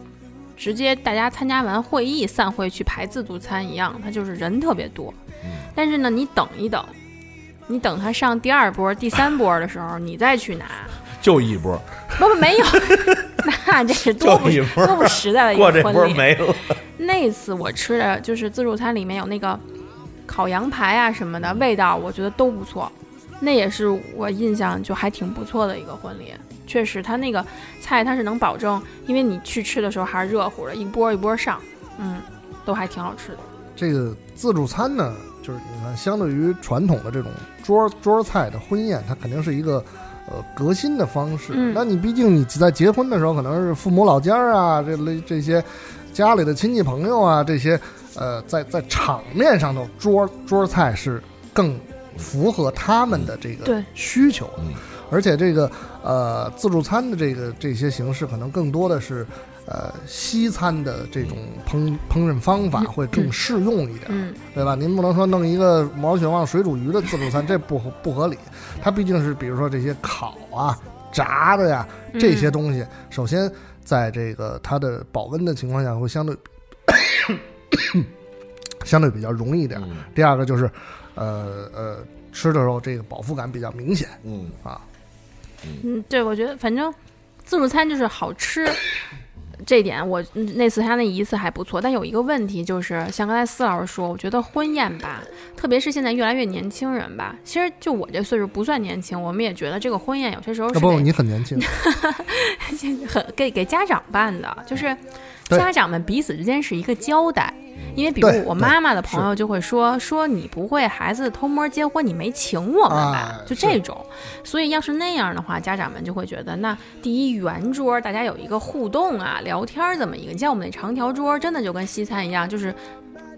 Speaker 1: 直接大家参加完会议散会去排自助餐一样，它就是人特别多
Speaker 2: 嗯。
Speaker 1: 但是呢，你等一等，你等他上第二波、第三波的时候，你再去拿。
Speaker 2: 就一波，
Speaker 1: 不不， 没有，那这是多
Speaker 2: 就
Speaker 1: 不
Speaker 2: 一波，
Speaker 1: 多不实在的一
Speaker 2: 过这
Speaker 1: 个
Speaker 2: 波
Speaker 1: 婚礼。
Speaker 2: 没了。
Speaker 1: 那次我吃的就是自助餐里面有那个烤羊排啊什么的，味道我觉得都不错。那也是我印象就还挺不错的一个婚礼，确实它那个菜它是能保证，因为你去吃的时候还是热乎的，一波一波上，嗯，都还挺好吃的。
Speaker 3: 这个自助餐呢，就是你看，相对于传统的这种桌桌菜的婚宴，它肯定是一个呃革新的方式。
Speaker 1: 嗯
Speaker 3: 那你毕竟你在结婚的时候，可能是父母老家儿啊，这类这些家里的亲戚朋友啊，这些呃，在在场面上头桌桌菜是更符合他们的这个
Speaker 1: 对
Speaker 3: 需求的
Speaker 2: 嗯
Speaker 3: 而且这个呃自助餐的这个这些形式，可能更多的是呃西餐的这种烹烹饪方法会更适用一点，
Speaker 1: 嗯，
Speaker 3: 对吧？您不能说弄一个毛血旺水煮鱼的自助餐，这不合不合理。它毕竟是比如说这些烤啊、炸的呀
Speaker 1: 嗯
Speaker 3: 这些东西，首先在这个它的保温的情况下会相对 相对比较容易一点。
Speaker 2: 嗯
Speaker 3: 第二个就是呃呃吃的时候这个饱腹感比较明显。
Speaker 1: 哦
Speaker 2: 嗯
Speaker 3: 啊，
Speaker 1: 嗯，对，我觉得反正自助餐就是好吃，这点我嗯那次他那一次还不错，但有一个问题就是，像刚才司老师说，我觉得婚宴吧，特别是现在越来越年轻人吧，其实就我这岁数不算年轻，我们也觉得这个婚宴有些时候是
Speaker 3: 啊要不
Speaker 1: 得
Speaker 3: 你很年轻。
Speaker 1: 很给给家长办的，就是
Speaker 3: 对
Speaker 1: 家长们彼此之间是一个交代。因为比如
Speaker 3: 对
Speaker 1: 我
Speaker 3: 对
Speaker 1: 妈妈的朋友就会说说你不会孩子偷摸结婚，你没请我们吧
Speaker 3: 啊？
Speaker 1: 就是这种。所以要是那样的话，家长们就会觉得，那第一圆桌大家有一个互动啊、聊天儿这么一个，你像我们那长条桌，真的就跟西餐一样，就是。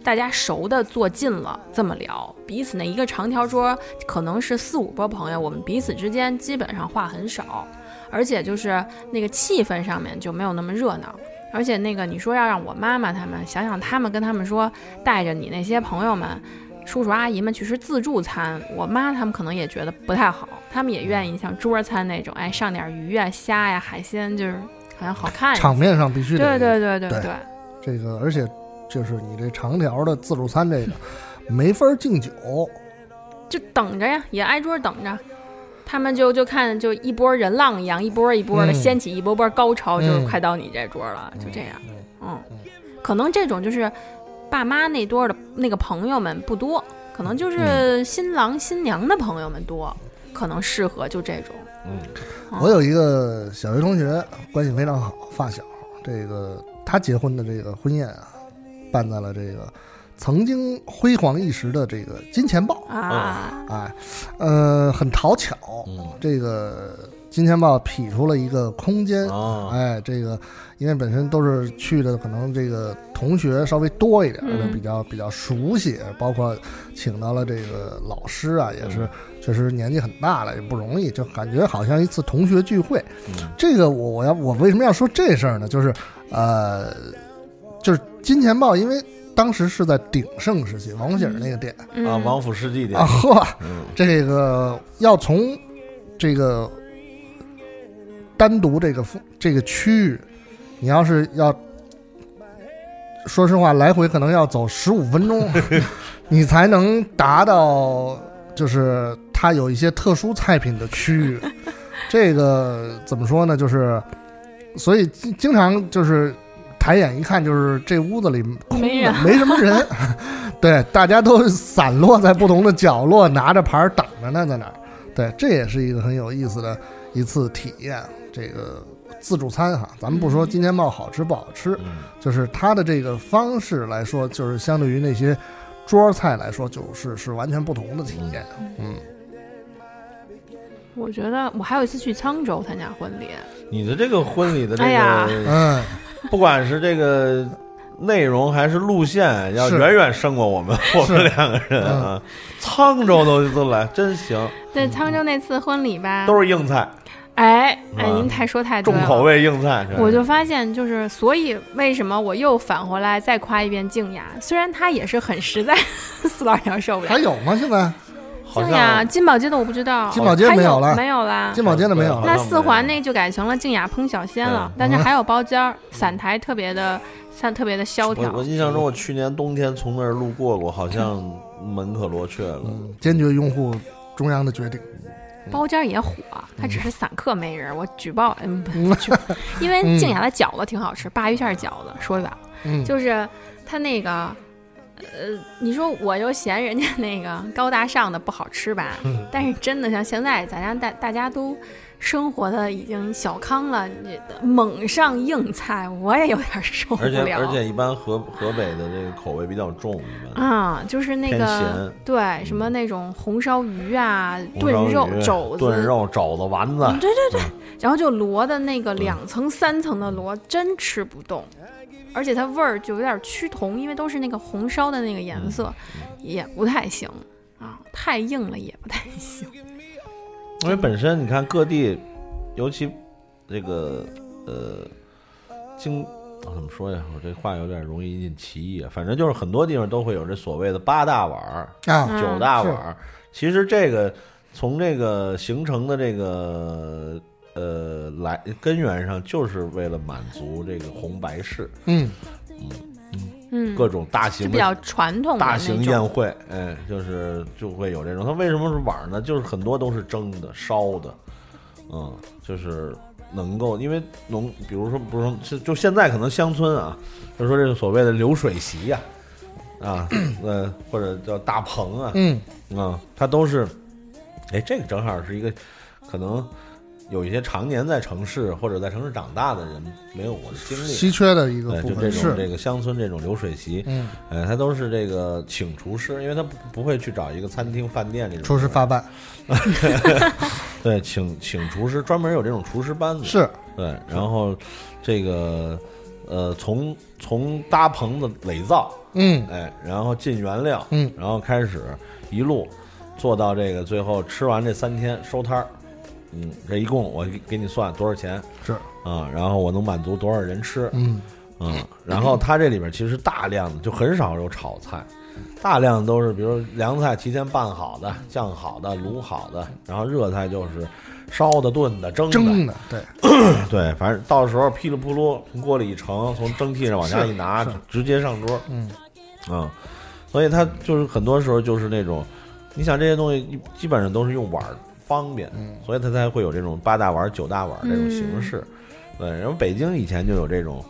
Speaker 1: 大家熟的坐近了，这么聊，彼此那一个长条桌可能是四五波朋友，我们彼此之间基本上话很少，而且就是那个气氛上面就没有那么热闹。而且那个你说要让我妈妈他们想想，他们跟他们说带着你那些朋友们、叔叔阿姨们去吃自助餐，我妈他们可能也觉得不太好，他们也愿意像桌餐那种，哎，上点鱼啊、虾呀、海鲜，就是好像好看一些。
Speaker 3: 场面上必须
Speaker 1: 对
Speaker 3: 得
Speaker 1: 对对对
Speaker 3: 对
Speaker 1: 对，
Speaker 3: 这个，而且就是你这长条的自助餐这个没法敬酒，
Speaker 1: 就等着呀，也挨桌等着。他们就就看就一波人浪一样，一波一波的
Speaker 3: 嗯
Speaker 1: 掀起一波波高潮，
Speaker 3: 嗯
Speaker 1: 就是快到你这桌了，就这样。
Speaker 3: 嗯。
Speaker 1: 嗯
Speaker 3: 嗯，
Speaker 1: 可能这种就是爸妈那多的那个朋友们不多，可能就是新郎新娘的朋友们多，可能适合就这种。
Speaker 2: 嗯
Speaker 1: 嗯
Speaker 3: 我有一个小学同学，关系非常好，发小。这个他结婚的这个婚宴啊，办在了这个曾经辉煌一时的这个金钱豹，
Speaker 1: 啊，
Speaker 3: 哎，呃，很讨巧，
Speaker 2: 嗯
Speaker 3: 这个金钱豹匹出了一个空间
Speaker 2: 啊，
Speaker 3: 哎，这个因为本身都是去的，可能这个同学稍微多一点的，
Speaker 1: 嗯
Speaker 3: 比较比较熟悉，包括请到了这个老师啊，也是
Speaker 2: 嗯
Speaker 3: 确实年纪很大了，也不容易，就感觉好像一次同学聚会。
Speaker 2: 嗯
Speaker 3: 这个我我要我为什么要说这事儿呢？就是呃，就是金钱豹，因为当时是在鼎盛时期，王府井那个店、
Speaker 1: 嗯
Speaker 2: 啊，王府世纪店
Speaker 3: 啊，，呵，
Speaker 2: 嗯
Speaker 3: 这个要从这个单独这个这个区域，你要是要说实话，来回可能要走十五分钟，你才能达到就是它有一些特殊菜品的区域。这个怎么说呢？就是所以经经常就是抬眼一看，就是这屋子里空
Speaker 1: 没
Speaker 3: 的
Speaker 1: 人，
Speaker 3: 没什么人。对，大家都散落在不同的角落，拿着牌儿等着呢，在那儿。对，这也是一个很有意思的一次体验。这个自助餐哈，咱们不
Speaker 1: 嗯
Speaker 3: 说金钱豹好吃不好吃，
Speaker 2: 嗯
Speaker 3: 就是它的这个方式来说，就是相对于那些桌菜来说，就是是完全不同的体验。嗯，
Speaker 1: 我觉得我还有一次去沧州参加婚礼，
Speaker 2: 你的这个婚礼的这
Speaker 1: 哎呀
Speaker 2: 个，
Speaker 3: 嗯，
Speaker 2: 不管是这个内容还是路线，要
Speaker 3: 是
Speaker 2: 远远胜过我们我们两个
Speaker 3: 嗯
Speaker 2: 人 啊。沧州都都来，真行，
Speaker 1: 啊对沧州那次婚礼吧，
Speaker 2: 都是硬菜，
Speaker 1: 哎，哎，您
Speaker 2: 是吧？
Speaker 1: 太说太对
Speaker 2: 重
Speaker 1: 了。
Speaker 2: 口味硬菜，这
Speaker 1: 我就发现，就是所以为什么我又返回来再夸一遍静雅，虽然她也是很实在，四老娘受不
Speaker 3: 还
Speaker 1: 了。
Speaker 3: 有吗？现在
Speaker 2: 好
Speaker 1: 静雅
Speaker 2: 像
Speaker 1: 金宝街的我不知道，
Speaker 3: 金宝街
Speaker 1: 还
Speaker 3: 没
Speaker 1: 有
Speaker 3: 有了
Speaker 1: 没有啦。
Speaker 3: 金宝街的没有嗯了。
Speaker 1: 那四环那就改成了静雅烹小鲜了，但是还有包间儿，散台特别的散特别的萧
Speaker 2: 我
Speaker 1: 条
Speaker 2: 我。印象中，我去年冬天从那儿路过过，好像门可罗雀了。
Speaker 3: 嗯，坚决拥护中央的决定。
Speaker 1: 包间儿也火，它
Speaker 3: 嗯
Speaker 1: 只是散客没人儿。我举报，嗯，不举报因为静雅的饺子挺好吃，鲅鱼馅儿饺子。说远了，
Speaker 3: 嗯，
Speaker 1: 就是它那个，呃，你说我又嫌人家那个高大上的不好吃 吧，但是真的像现在咱家大大家都生活的已经小康了，你猛上硬菜，我也有点受不
Speaker 2: 而且
Speaker 1: 了。
Speaker 2: 而且一般河河北的这个口味比较重，一般
Speaker 1: 啊，就是那
Speaker 2: 偏
Speaker 1: 个
Speaker 2: 咸
Speaker 1: 对什么那种红烧鱼啊、炖
Speaker 2: 红
Speaker 1: 肉
Speaker 2: 烧、鱼
Speaker 1: 肘子、嗯
Speaker 2: 炖肉、肘子、丸子，
Speaker 1: 对对对，然后就罗的那
Speaker 2: 嗯
Speaker 1: 个两层、三层的罗，真吃不动，而且它味儿就有点趋同，因为都是那个红烧的那个颜色，
Speaker 2: 嗯
Speaker 1: 也不太行啊，太硬了也不太行。
Speaker 2: 因为本身你看各地，尤其这个呃，京我怎么说呀？我这话有点容易引歧义啊。反正就是很多地方都会有这所谓的八大碗儿、
Speaker 3: 啊，
Speaker 1: 嗯
Speaker 2: 九大碗儿。其实这个从这个形成的这个呃来根源上，就是为了满足这个红白事
Speaker 3: 嗯，
Speaker 1: 嗯，
Speaker 2: 各种大
Speaker 1: 就
Speaker 2: 型
Speaker 1: 比
Speaker 2: 的
Speaker 1: 较传统的
Speaker 2: 大
Speaker 1: 那
Speaker 2: 型
Speaker 1: 种。
Speaker 2: 宴会，哎，就是就会有这种。它为什么是碗呢？就是很多都是蒸的、烧的，嗯，就是能够因为农，比如说不是说就就现在可能乡村啊，就说这个所谓的流水席呀、啊， 呃，或者叫大棚啊，
Speaker 3: 嗯，
Speaker 2: 啊、它都是，哎，这个正好是一个可能有一些常年在城市或者在城市长大的人没有过的经历。
Speaker 3: 稀缺的一个
Speaker 2: 对，
Speaker 3: 部
Speaker 2: 就这
Speaker 3: 分
Speaker 2: 种这
Speaker 3: 是，
Speaker 2: 个乡村这种流水席，
Speaker 3: 嗯，
Speaker 2: 呃，他都是这个请厨师，因为他不不会去找一个餐厅、饭店这种
Speaker 3: 厨师
Speaker 2: 地方
Speaker 3: 发办
Speaker 2: 对，请请厨师，专门有这种厨师班子。
Speaker 3: 是，
Speaker 2: 对，然后这个呃，从从搭棚子垒造，
Speaker 3: 嗯，
Speaker 2: 哎，然后进原料，
Speaker 3: 嗯，
Speaker 2: 然后开始一路做到这个最后吃完这三天收摊儿，嗯，这一共我给给你算多少钱
Speaker 3: 是，
Speaker 2: 啊、然后我能满足多少人吃，
Speaker 3: 嗯，
Speaker 2: 嗯，然后它这里边其实大量的就很少有炒菜，大量都是比如凉菜提前拌好的、酱好的、卤好的，然后热菜就是烧的、炖的、蒸的，
Speaker 3: 蒸的，对，
Speaker 2: 对，反正到时候噼里扑噜从锅里一盛，从蒸屉上往下一拿
Speaker 3: 是是，
Speaker 2: 直接上桌，
Speaker 3: 嗯，
Speaker 2: 嗯，所以它就是很多时候就是那种，你想这些东西一基本上都是用碗儿方便，
Speaker 3: 嗯
Speaker 2: 所以它才会有这种八大碗儿、九大碗儿这种形式。对，然后北京以前就有这种，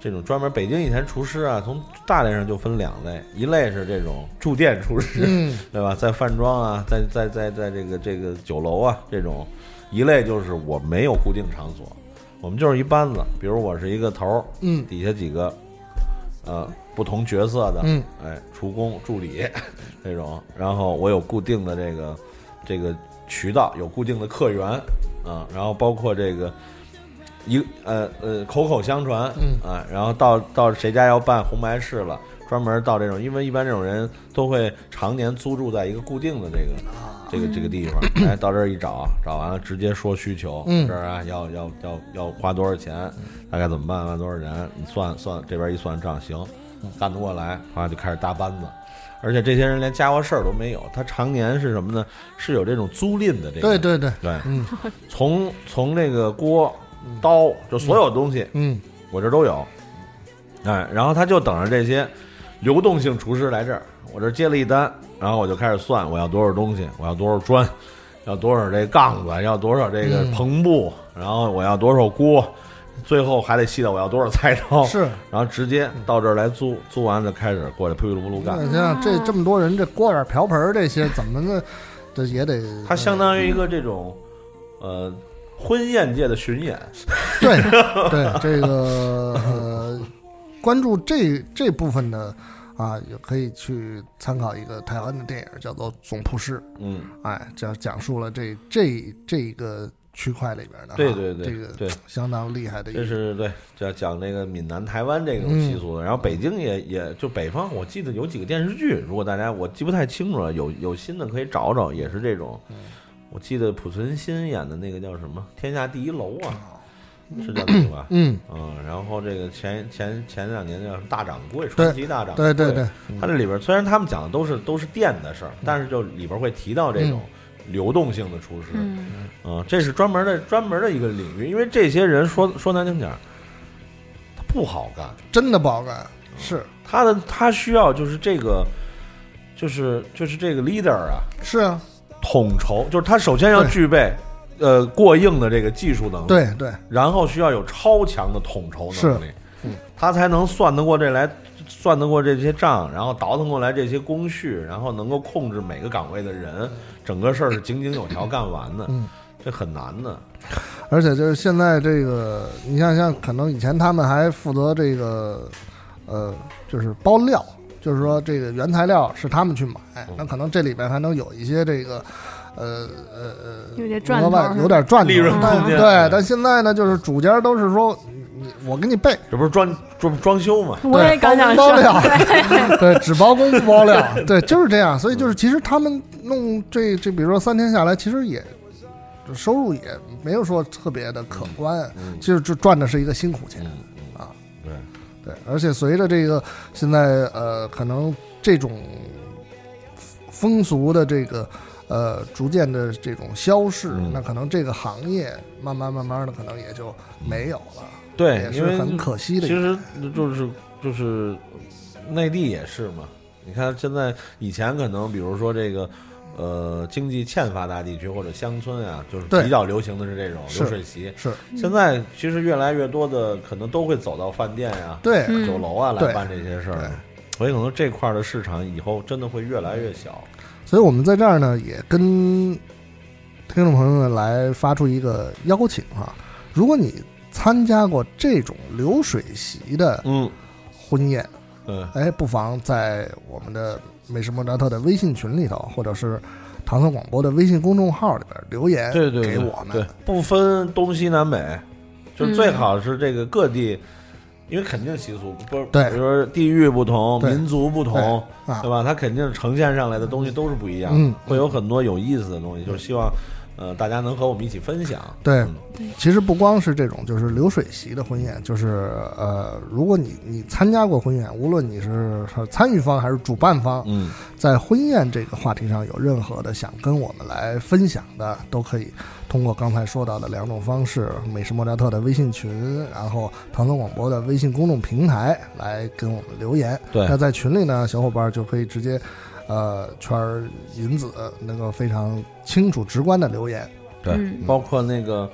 Speaker 2: 这种专门北京以前厨师啊，从大类上就分两类，一类是这种驻店厨师，
Speaker 3: 嗯，
Speaker 2: 对吧？在饭庄啊，在在在在这个这个酒楼啊这种，一类就是我没有固定场所，我们就是一班子，比如我是一个头儿，
Speaker 3: 嗯，
Speaker 2: 底下几个，呃，不同角色的，
Speaker 3: 嗯，
Speaker 2: 哎，厨工、助理这种，然后我有固定的这个这个渠道，有固定的客源啊，然后包括这个一呃呃口口相传，
Speaker 3: 嗯
Speaker 2: 啊，然后到到谁家要办红白事了。专门到这种，因为一般这种人都会常年租住在一个固定的这个
Speaker 3: 啊
Speaker 2: 这个这个地方，哎，到这儿一找，找完了直接说需求，
Speaker 3: 嗯
Speaker 2: 这儿啊要要要要花多少钱，大概怎么办，花多少钱，你算算这边一算账，行，
Speaker 3: 嗯
Speaker 2: 干得过来，啊就开始搭班子，而且这些人连家伙事儿都没有，他常年是什么呢？是有这种租赁的这个，
Speaker 3: 对对对，
Speaker 2: 对
Speaker 3: 嗯
Speaker 2: 从从这个锅、刀，就所有东西，
Speaker 3: 嗯，
Speaker 2: 我这儿都有，哎，然后他就等着这些流动性厨师来这儿，我这儿接了一单，然后我就开始算我要多少东西，我要多少砖，要多少这杠子，要多少这个
Speaker 3: 嗯
Speaker 2: 篷布，然后我要多少锅，最后还得细到我要多少菜刀，
Speaker 3: 是，
Speaker 2: 然后直接到这儿来租，租完就开始过来噼里咕噜干
Speaker 3: 那。像这这么多人，这锅碗瓢盆儿这些怎么的，这也得，
Speaker 2: 它相当于一个这种，呃，婚宴界的巡演，
Speaker 3: 呃对对，这个呃，关注这这部分的啊，也可以去参考一个台湾的电影，叫做《总厨师》。
Speaker 2: 嗯，
Speaker 3: 哎，讲讲述了这这这个区块里边的哈，
Speaker 2: 对对对
Speaker 3: 啊这个
Speaker 2: 对
Speaker 3: 相当厉害的一
Speaker 2: 这
Speaker 3: 个，
Speaker 2: 是对，就要讲这个闽南、台湾这种习
Speaker 3: 嗯
Speaker 2: 俗的。然后北京也也就北方，我记得
Speaker 3: 嗯
Speaker 2: 有几个电视剧，如果大家我记不太清楚了，有有新的可以找找，也是这种，我记得濮存昕演的那个叫什么《天下第一楼》啊，是叫这个 吧？
Speaker 3: 嗯，
Speaker 2: 嗯，然后这个前前前两年叫什么大掌柜，
Speaker 3: 对
Speaker 2: 传奇大掌柜，
Speaker 3: 对对对，
Speaker 2: 它这里边虽然他们讲的都是都是店的事儿，
Speaker 3: 嗯
Speaker 2: 但是就里边会提到这种流动性的厨师，嗯、
Speaker 1: 嗯，
Speaker 2: 这是专门的专门的一个领域，因为这些人说说难听点儿，他不好干，
Speaker 3: 真的不好
Speaker 2: 哦
Speaker 3: 干，是
Speaker 2: 他的他需要就是这个，就是就是这个 leader 啊，
Speaker 3: 是啊，
Speaker 2: 统筹，就是他首先要
Speaker 3: 对
Speaker 2: 具备呃过硬的这个技术能力，
Speaker 3: 对对
Speaker 2: 然后需要有超强的统筹能力，
Speaker 3: 是嗯
Speaker 2: 他才能算得过这来，算得过这些账，然后倒腾过来这些工序，然后能够控制每个岗位的人，整个事儿是井井有条干完的，
Speaker 3: 嗯
Speaker 2: 这很难的。
Speaker 3: 而且就是现在这个，你像像可能以前他们还负责这个，呃，就是包料，就是说这个原材料是他们去买，
Speaker 2: 哦
Speaker 3: 那可能这里边还能有一些这个，呃呃呃，
Speaker 1: 有些赚
Speaker 3: 额
Speaker 1: 头
Speaker 3: 外
Speaker 1: 是吧
Speaker 3: 有点赚头
Speaker 2: 利润
Speaker 3: 但
Speaker 2: 空间哎
Speaker 3: 对，但现在呢，就是主家都是说，你你我给你备，
Speaker 2: 这不是装装装修吗？
Speaker 1: 嗯我也刚想
Speaker 3: 包
Speaker 1: 说，
Speaker 3: 料， 对，只包工不包料，对，就是这样。所以就是，其实他们弄这这，比如说三天下来，其实也收入也没有说特别的可观，
Speaker 2: 嗯
Speaker 3: 就是就赚的是一个辛苦钱。
Speaker 2: 嗯嗯
Speaker 3: 啊，
Speaker 2: 对，
Speaker 3: 对，而且随着这个现在呃，可能这种风俗的这个呃逐渐的这种消逝，
Speaker 2: 嗯
Speaker 3: 那可能这个行业慢慢慢慢的可能也就没有了，
Speaker 2: 嗯对，
Speaker 3: 也
Speaker 2: 因
Speaker 3: 哎是
Speaker 2: 为
Speaker 3: 很可惜的
Speaker 2: 其
Speaker 3: 一个。
Speaker 2: 实就是就是内地也是嘛。你看现在以前可能比如说这个。呃，经济欠发达地区或者乡村啊，就是
Speaker 3: 对
Speaker 2: 比较流行的是这种
Speaker 3: 是
Speaker 2: 流水席，
Speaker 3: 是
Speaker 2: 现在其实越来越多的可能都会走到饭店呀、
Speaker 3: 对，
Speaker 1: 嗯
Speaker 2: 酒楼啊来
Speaker 3: 对
Speaker 2: 办这些事
Speaker 3: 对
Speaker 2: 儿，所以可能这块儿的市场以后真的会越来越小。
Speaker 3: 所以我们在这儿呢，也跟听众朋友们来发出一个邀请哈，如果你参加过这种流水席的
Speaker 2: 嗯
Speaker 3: 婚宴，
Speaker 2: 嗯，
Speaker 3: 哎，不妨在我们的美食莫扎特的微信群里头，或者是唐宋广播的微信公众号里边留言，
Speaker 2: 对对对
Speaker 3: 哎给我们
Speaker 2: 对，不分东西南北，就是最好是这个各地，因为肯定习俗不是，
Speaker 3: 对
Speaker 2: 比如说地域不同、
Speaker 3: 对
Speaker 2: 民族不同，
Speaker 3: 啊
Speaker 2: 对，吧？它肯定呈现上来的东西都是不一样
Speaker 3: 嗯
Speaker 2: 的，会有很多有意思的东西，就是希望呃大家能和我们一起分享。
Speaker 3: 对
Speaker 2: 嗯，
Speaker 3: 其实不光是这种，就是流水席的婚宴，就是呃，如果你你参加过婚宴，无论你是是参与方还是主办方，
Speaker 2: 嗯，
Speaker 3: 在婚宴这个话题上有任何的想跟我们来分享的，都可以通过刚才说到的两种方式：美食莫扎特的微信群，然后唐宋广播的微信公众平台来跟我们留言。
Speaker 2: 对
Speaker 3: 那在群里呢，小伙伴就可以直接，呃，圈儿银子能够非常清楚直观的留言。
Speaker 2: 对，
Speaker 1: 嗯
Speaker 2: 包括那个，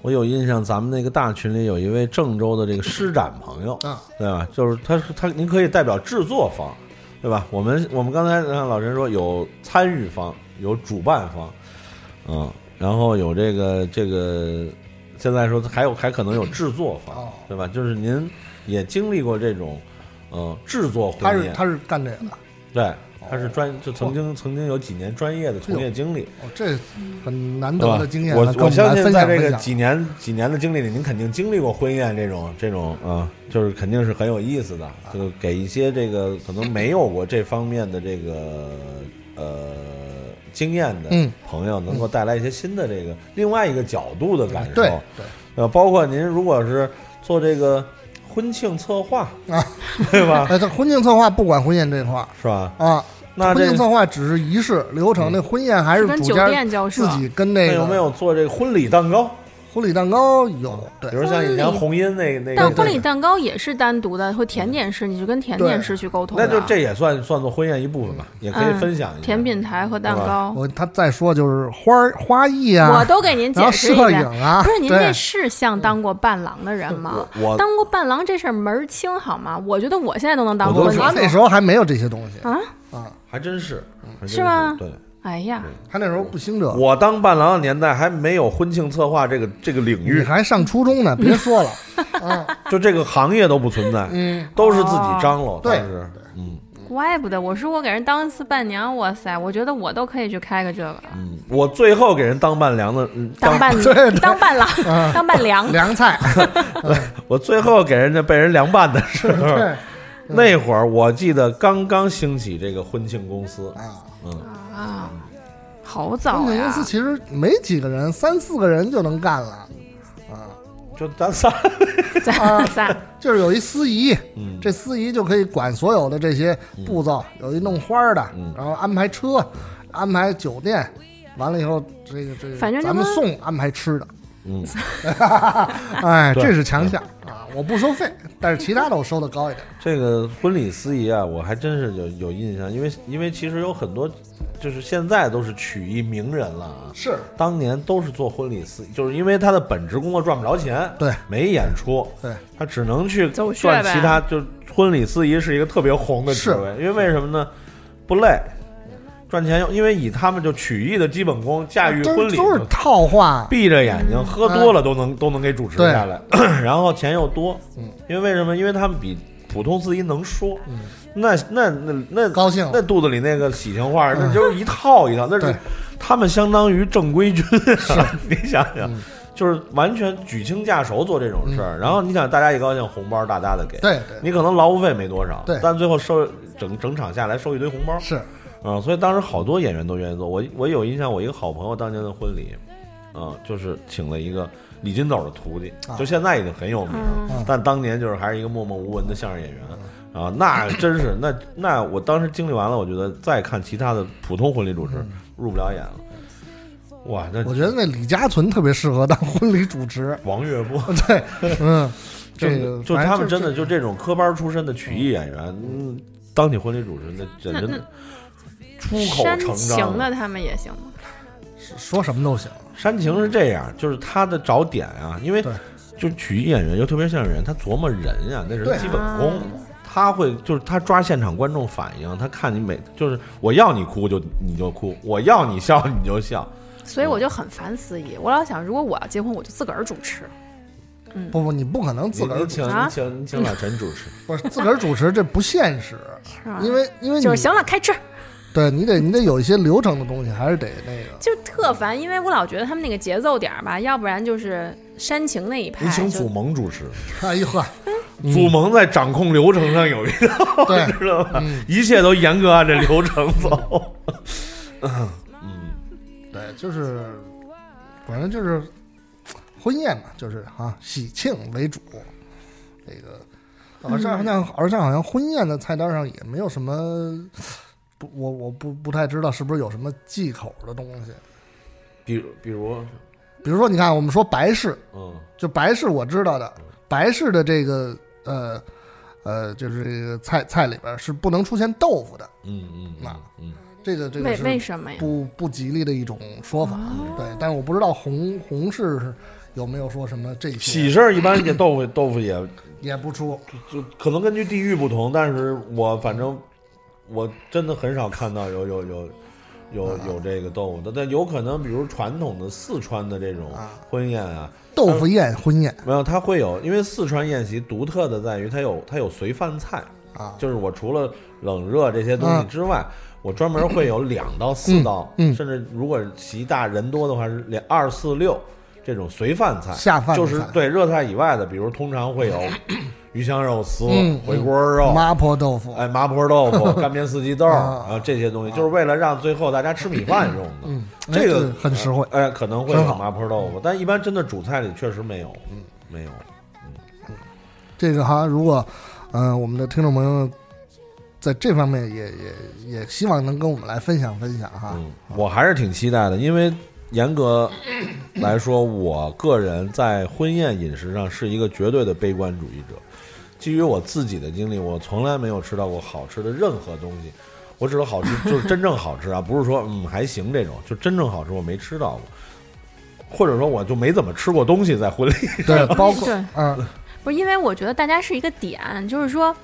Speaker 2: 我有印象，咱们那个大群里有一位郑州的这个施展朋友，
Speaker 3: 啊，
Speaker 2: 对吧？就是他是他，您可以代表制作方，对吧？我们我们刚才让老陈说有参与方，有主办方，嗯，然后有这个这个，现在说还有还可能有制作方，
Speaker 3: 哦
Speaker 2: 对吧？就是您也经历过这种，呃，制作
Speaker 3: 他
Speaker 2: 婚
Speaker 3: 是
Speaker 2: 宴，
Speaker 3: 他是干这个的，
Speaker 2: 对，他是专就曾经曾经有几年专业的从业经历。
Speaker 3: 哦，这很难
Speaker 2: 对
Speaker 3: 得
Speaker 2: 吧
Speaker 3: 的经验
Speaker 2: 我
Speaker 3: 了，跟
Speaker 2: 我
Speaker 3: 们来
Speaker 2: 相信
Speaker 3: 分
Speaker 2: 在
Speaker 3: 享
Speaker 2: 这
Speaker 3: 分
Speaker 2: 个
Speaker 3: 享。
Speaker 2: 几年几年的经历里，您肯定经历过婚宴这种这种啊、就是肯定是很有意思的，就给一些这个可能没有过这方面的这个呃经验的
Speaker 3: 嗯
Speaker 2: 朋友，能够带来一些新的这个另外一个角度的感受
Speaker 3: 对。对，
Speaker 2: 呃，包括您如果是做这个婚庆策划
Speaker 3: 啊，
Speaker 2: 对吧？
Speaker 3: 哎，这婚庆策划不管婚宴这块儿
Speaker 2: 是吧？
Speaker 3: 啊，
Speaker 2: 那
Speaker 3: 婚
Speaker 2: 这嗯
Speaker 3: 庆策划只是仪式流程，那婚宴还是
Speaker 1: 跟
Speaker 3: 主
Speaker 1: 酒
Speaker 3: 家
Speaker 1: 店交涉
Speaker 3: 自，己跟那
Speaker 2: 那
Speaker 3: 个
Speaker 2: 有没有做这个婚礼蛋糕？
Speaker 3: 婚礼蛋糕有对
Speaker 2: 比如像以前红音那那个，
Speaker 1: 但婚礼蛋糕也是单独的，会甜点师，你就跟甜点师去沟通的
Speaker 2: 嗯那就这也算算作婚宴一部分吧，也可以分享一下。
Speaker 1: 甜品台和蛋糕，
Speaker 3: 我他再说就是花儿花艺
Speaker 1: 哦我
Speaker 3: 啊，
Speaker 1: 都给您
Speaker 3: 然
Speaker 1: 解
Speaker 3: 后
Speaker 1: 释一
Speaker 3: 摄影
Speaker 1: 遍。
Speaker 3: 啊，
Speaker 1: 不是您
Speaker 3: 对
Speaker 1: 这是像当过伴郎的人吗？
Speaker 2: 我
Speaker 1: 当过伴郎这事儿门儿清好吗？我觉得我现在都能当
Speaker 2: 我都
Speaker 1: 婚礼
Speaker 3: 他那时
Speaker 1: 策
Speaker 3: 候还没有这些东西
Speaker 1: 啊
Speaker 3: 啊，
Speaker 2: 还真是，还
Speaker 1: 嗯
Speaker 2: 真
Speaker 1: 是吗
Speaker 2: 对，
Speaker 1: 哎呀，
Speaker 3: 他那时候不兴这，
Speaker 2: 我当伴郎的年代还没有婚庆策划这个这个领
Speaker 3: 你
Speaker 2: 域，
Speaker 3: 还上初中呢，别
Speaker 1: 嗯
Speaker 3: 说了，啊，
Speaker 2: 就这个行业都不存在，
Speaker 3: 嗯，哦
Speaker 2: 都是自己张罗。
Speaker 3: 对
Speaker 2: 当时，嗯
Speaker 1: 怪不得我说我给人当一次伴娘，哇塞，我觉得我都可以去开个这个了。
Speaker 2: 嗯，我最后给人当伴娘的，嗯
Speaker 1: 当伴
Speaker 3: 对对啊
Speaker 1: 当伴 郎，当伴娘，
Speaker 3: 凉菜，
Speaker 2: 我最后给人家被人凉拌的 时候，
Speaker 3: 对嗯
Speaker 2: 那会嗯儿我记得刚刚兴起这个婚庆公司，
Speaker 3: 啊，
Speaker 2: 嗯，
Speaker 1: 好
Speaker 3: 中
Speaker 1: 早
Speaker 3: 介公
Speaker 1: 呀
Speaker 3: 司！其实没几个人，三四个人就能干了，啊
Speaker 2: 就咱仨，
Speaker 1: 咱仨
Speaker 3: 就是有一司仪，
Speaker 2: 嗯，
Speaker 3: 这司仪就可以管所有的这些步骤，有一弄花儿的
Speaker 2: 嗯，
Speaker 3: 然后安排车，安排酒店，完了以后这个这个，
Speaker 1: 反正就
Speaker 3: 咱们
Speaker 1: 跟
Speaker 3: 送安排吃的，
Speaker 2: 嗯，
Speaker 3: 哎，
Speaker 2: 对
Speaker 3: 这是强项啊！我不收费，但是其他的我收的高一点。
Speaker 2: 这个婚礼司仪啊，我还真是有有印象，因为因为其实有很多，就是现在都是曲艺名人了啊，
Speaker 3: 是
Speaker 2: 当年都是做婚礼司仪，就是因为他的本职工作赚不着钱，
Speaker 3: 对，
Speaker 2: 没演出，
Speaker 3: 对，
Speaker 2: 他只能去
Speaker 1: 走穴
Speaker 2: 赚
Speaker 1: 呗
Speaker 2: 其他，就婚礼司仪是一个特别红的职
Speaker 3: 是
Speaker 2: 位，因为为什么呢？不累，赚钱又因为以他们就曲艺的基本功驾驭婚
Speaker 3: 都
Speaker 2: 礼
Speaker 3: 都是
Speaker 2: 就
Speaker 3: 套话，
Speaker 2: 闭着眼睛喝多了都能、都能给主持
Speaker 3: 嗯对
Speaker 2: 下来， 然后钱又多，
Speaker 3: 嗯，
Speaker 2: 因为为什么？因为他们比普通司仪能说，
Speaker 3: 嗯
Speaker 2: 那那那那
Speaker 3: 高兴
Speaker 2: 那肚子里那个喜庆话，那
Speaker 3: 嗯
Speaker 2: 就是一套一套，那
Speaker 3: 对
Speaker 2: 是他们相当于正规军啊， 你想想
Speaker 3: 嗯。
Speaker 2: 就是完全举轻驾熟做这种事儿，然后你想大家一高兴，红包大大的给，
Speaker 3: 对对
Speaker 2: 你可能劳务费没多少，
Speaker 3: 对
Speaker 2: 但最后收整整场下来收一堆红包，
Speaker 3: 是
Speaker 2: 啊，所以当时好多演员都愿意做。我我有印象，我一个好朋友当年的婚礼，啊，就是请了一个李金斗的徒弟，
Speaker 3: 啊
Speaker 2: 就现在已经很有名了，
Speaker 1: 嗯
Speaker 2: 但当年就是还是一个默默无闻的相声演员。
Speaker 3: 嗯
Speaker 2: 啊，那真是那那我当时经历完了，我觉得再看其他的普通婚礼主持入不了眼了。哇，那
Speaker 3: 嗯我觉得那李嘉存特别适合当婚礼主 持。
Speaker 2: 王岳波，
Speaker 3: 对，嗯，这
Speaker 2: 就
Speaker 3: 个
Speaker 2: 就
Speaker 3: 反正
Speaker 2: 他们
Speaker 3: 这
Speaker 2: 真的就这种科班出身的曲艺演员，嗯，当起婚礼主持，那真
Speaker 1: 那
Speaker 2: 的出口
Speaker 1: 煽
Speaker 2: 成章
Speaker 1: 情。的他们也行吗？
Speaker 3: 说什么都行，
Speaker 2: 煽情是这样，就是他的找点啊，因为
Speaker 3: 对
Speaker 2: 就曲艺演员，尤特别是相声演员，他琢磨人呀、那是
Speaker 3: 对
Speaker 2: 基本
Speaker 1: 啊
Speaker 2: 功。他会就是他抓现场观众反应，他看你每就是我要你哭就你就哭，我要你笑你就笑，
Speaker 1: 所以我就很烦司仪，我老想，如果我要结婚，我就自个儿主持。嗯
Speaker 3: 不不，你不可能自
Speaker 2: 你
Speaker 3: 个儿
Speaker 2: 你
Speaker 3: 主
Speaker 2: 请
Speaker 1: 啊
Speaker 2: 你请你请老陈主 持，
Speaker 3: 不是自个儿主持，这不现实，
Speaker 1: 是吧
Speaker 3: 因为因为你
Speaker 1: 就是行了，开吃，
Speaker 3: 对你得你得有一些流程的东西，还是得那 个。
Speaker 1: 就特烦，因为我老觉得他们那个节奏点儿吧，要不然就是煽情那一派
Speaker 2: 你请，
Speaker 1: 就
Speaker 2: 祖萌主持，
Speaker 3: 哎呦 呵，
Speaker 2: 祖萌在掌控流程上有一套，
Speaker 3: 对
Speaker 2: 知道吧？
Speaker 3: 嗯
Speaker 2: 一切都严格按照流程走。
Speaker 3: 对，就是反正就是婚宴嘛，就是啊喜庆为主，这个。
Speaker 1: 嗯
Speaker 3: 而且好像，而且好像婚宴的菜单上也没有什么，不，我我不不太知道是不是有什么忌口的东西。
Speaker 2: 比如比如，
Speaker 3: 比如说，你看，我们说白事，
Speaker 2: 嗯，
Speaker 3: 就白事我知道的，白事的这个呃呃，就是这个菜菜里边是不能出现豆腐的，
Speaker 2: 嗯嗯嗯
Speaker 3: 啊
Speaker 2: 嗯，
Speaker 3: 这个这个
Speaker 1: 为哦为
Speaker 3: 是
Speaker 1: 什么呀？
Speaker 3: 不不吉利的一种说法。对，但是我不知道红红事是有没有说什么这
Speaker 2: 喜
Speaker 3: 些
Speaker 2: 事儿一般也豆腐豆腐也
Speaker 3: 也不出，
Speaker 2: 就可能根据地域不同，但是我反正我真的很少看到有有有有有这个豆腐的，但有可能比如传统的四川的这种
Speaker 3: 啊
Speaker 2: 婚宴啊，
Speaker 3: 豆腐宴婚宴
Speaker 2: 没有它会有，因为四川宴席独特的在于它有它有随饭菜，
Speaker 3: 啊，
Speaker 2: 就是我除了冷热这些东西
Speaker 3: 啊
Speaker 2: 之外。我专门会有两到四道，
Speaker 3: 嗯嗯
Speaker 2: 甚至如果席大人多的话是两二四六这种随饭菜，
Speaker 3: 下饭的
Speaker 2: 就是
Speaker 3: 菜
Speaker 2: 对热菜以外的，比如通常会有鱼香肉丝、
Speaker 3: 嗯
Speaker 2: 回锅肉、
Speaker 3: 麻婆豆腐，
Speaker 2: 哦哎，麻婆豆 腐、干煸四季豆
Speaker 3: 啊
Speaker 2: 啊，这些东西，就是为了让最后大家吃米饭用的。
Speaker 3: 嗯，哎
Speaker 2: 这个
Speaker 3: 很实惠。
Speaker 2: 哎，可能会
Speaker 3: 真
Speaker 2: 有
Speaker 3: 好
Speaker 2: 麻婆豆腐，但一般真的主菜里确实没有，嗯，没有。
Speaker 3: 这个哈，如果嗯、呃我们的听众朋友在这方面也也也希望能跟我们来分享分享哈，
Speaker 2: 嗯，我还是挺期待的，因为严 格来说，我个人在婚宴饮食上是一个绝对的悲观主义者。基于我自己的经历，我从来没有吃到过好吃的任何东西。我指的好吃就是真正好吃啊，不是说嗯还行这种，就真正好吃我没吃到过，或者说我就没怎么吃过东西在婚礼。
Speaker 3: 对，包括
Speaker 1: 对
Speaker 3: 嗯、
Speaker 1: 不是因为我觉得大家是一个点，就是说，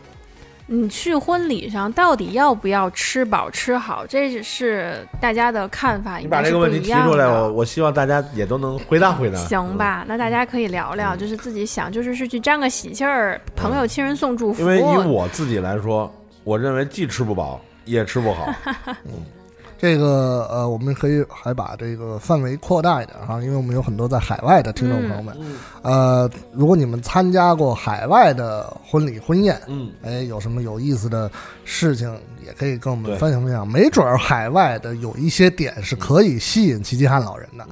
Speaker 1: 你去婚礼上到底要不要吃饱吃好，这是大家的看法，
Speaker 2: 你
Speaker 1: 应
Speaker 2: 把
Speaker 1: 该
Speaker 2: 这
Speaker 1: 是
Speaker 2: 个
Speaker 1: 不
Speaker 2: 问题
Speaker 1: 一
Speaker 2: 提
Speaker 1: 样
Speaker 2: 出来，我嗯
Speaker 1: 的。
Speaker 2: 我希望大家也都能回答回答。
Speaker 1: 行吧，那大家可以聊
Speaker 2: 嗯
Speaker 1: 聊，就是自己想，就是是去沾个喜气儿，朋友、亲人送祝福。
Speaker 2: 因为以我自己来说，我认为既吃不饱也吃不好。
Speaker 3: 这这个呃，我们可以还把这个范围扩大一点哈，因为我们有很多在海外的听众朋友们。
Speaker 2: 嗯
Speaker 3: 呃，如果你们参加过海外的婚礼婚宴，
Speaker 2: 嗯，
Speaker 3: 哎，有什么有意思的事情，也可以跟我
Speaker 2: 对
Speaker 3: 们分享分享。没准儿海外的有一些点是可以吸引齐齐汉老人的。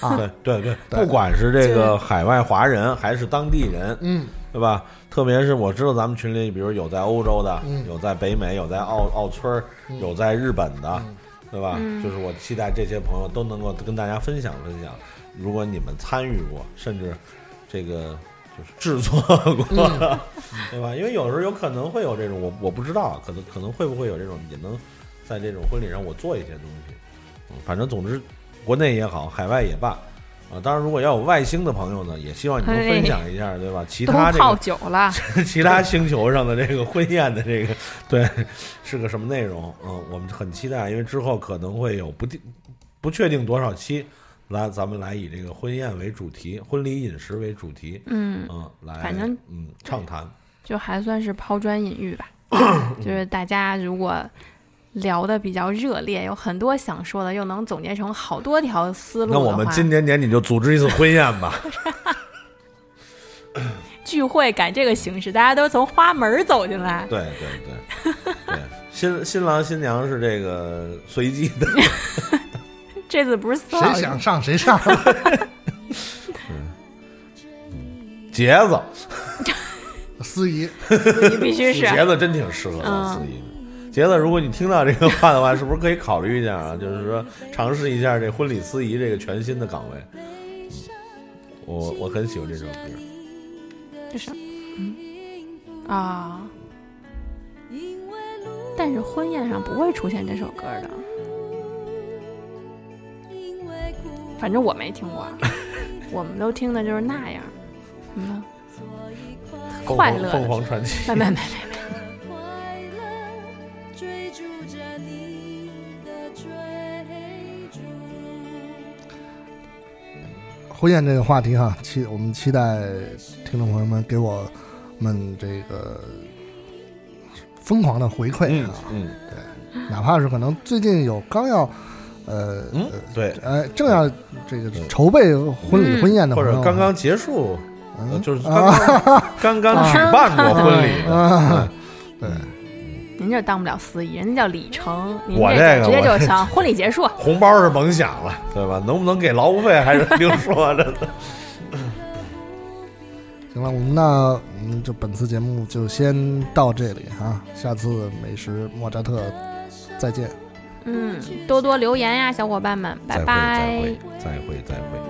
Speaker 3: 啊
Speaker 2: 对对对，
Speaker 3: 对
Speaker 2: 不管是这
Speaker 1: 就是
Speaker 2: 个海外华人还是当地人，
Speaker 3: 嗯，
Speaker 2: 对吧？特别是我知道咱们群里，比如有在欧洲的，
Speaker 3: 嗯
Speaker 2: 有在北美，有在澳澳村儿，有在日本的，对吧？
Speaker 1: 嗯
Speaker 2: 就是我期待这些朋友都能够跟大家分享分享。如果你们参与过，甚至这个就是制作过， 对吧？因为有时候有可能会有这种，我我不知道，可能可能会不会有这种，也能在这种婚礼上我做一些东西。嗯反正总之，国内也好，海外也罢。啊，当然，如果要有外星的朋友呢，也希望你能
Speaker 1: 哎
Speaker 2: 分享一下，对吧？其
Speaker 1: 都
Speaker 2: 他这个
Speaker 1: 泡酒了，
Speaker 2: 其他星球上的这个婚宴的这个， 对，是个什么内容？嗯，我们很期待，因为之后可能会有不定、不确定多少期，来咱们来以这个婚宴为主题，婚礼饮食为主题，
Speaker 1: 嗯，
Speaker 2: 嗯，来，
Speaker 1: 反正
Speaker 2: 嗯，畅谈，
Speaker 1: 就还算是抛砖引玉 吧。就是大家如果聊的比较热烈，有很多想说的，又能总结成好多条思路
Speaker 2: 那
Speaker 1: 的话，
Speaker 2: 我们今年年底就组织一次婚宴 吧，
Speaker 1: 聚会改这个形式，大家都从花门走进来。
Speaker 2: 对对对对，新新郎新娘是这个随机的，
Speaker 1: 这次不是四号
Speaker 3: 谁想上谁上。
Speaker 2: 杰子，
Speaker 3: 司仪，
Speaker 1: 你必须是嗯
Speaker 2: 杰子真挺适合当司仪的。杰子，如果你听到这个话的话，是不是可以考虑一下啊？就是说，尝试一下这婚礼司仪这个全新的岗位。嗯、我我很喜欢这首歌，
Speaker 1: 就是嗯啊。但是婚宴上不会出现这首歌的，反正我没听过，我们都听的就是那样，什么
Speaker 2: 凤
Speaker 1: 快
Speaker 2: 凰
Speaker 1: 乐
Speaker 2: 凤凰传奇
Speaker 1: 没没没
Speaker 4: 快乐追逐着你的追逐。
Speaker 3: 婚宴这个话题哈，期我们期待听众朋友们给我们这个疯狂的回馈
Speaker 2: 嗯
Speaker 3: 啊，
Speaker 2: 嗯
Speaker 3: 哪怕是可能最近有刚要呃
Speaker 2: 嗯，对，
Speaker 3: 呃正要这个
Speaker 2: 嗯
Speaker 3: 筹备婚
Speaker 1: 嗯
Speaker 3: 礼婚宴的
Speaker 2: 或
Speaker 3: 朋友
Speaker 2: 者
Speaker 3: 们，
Speaker 2: 刚刚结束，
Speaker 3: 嗯
Speaker 2: 呃就是刚 刚刚刚举办呃过婚礼
Speaker 3: 啊
Speaker 2: 的，嗯
Speaker 3: 对
Speaker 1: 没，您这当不了司仪，人家叫礼成，您
Speaker 2: 我这
Speaker 1: 这
Speaker 2: 个
Speaker 1: 直接
Speaker 2: 我
Speaker 1: 就想婚礼结束，
Speaker 2: 红包是甭想了，对吧？能不能给劳务费还是另说着呢。
Speaker 3: 行了，我们那我们就本次节目就先到这里啊，下次美食莫扎特再见。
Speaker 1: 嗯，多多留言呀，小伙伴们，拜
Speaker 2: 再会
Speaker 1: 拜。
Speaker 2: 再会再会再会。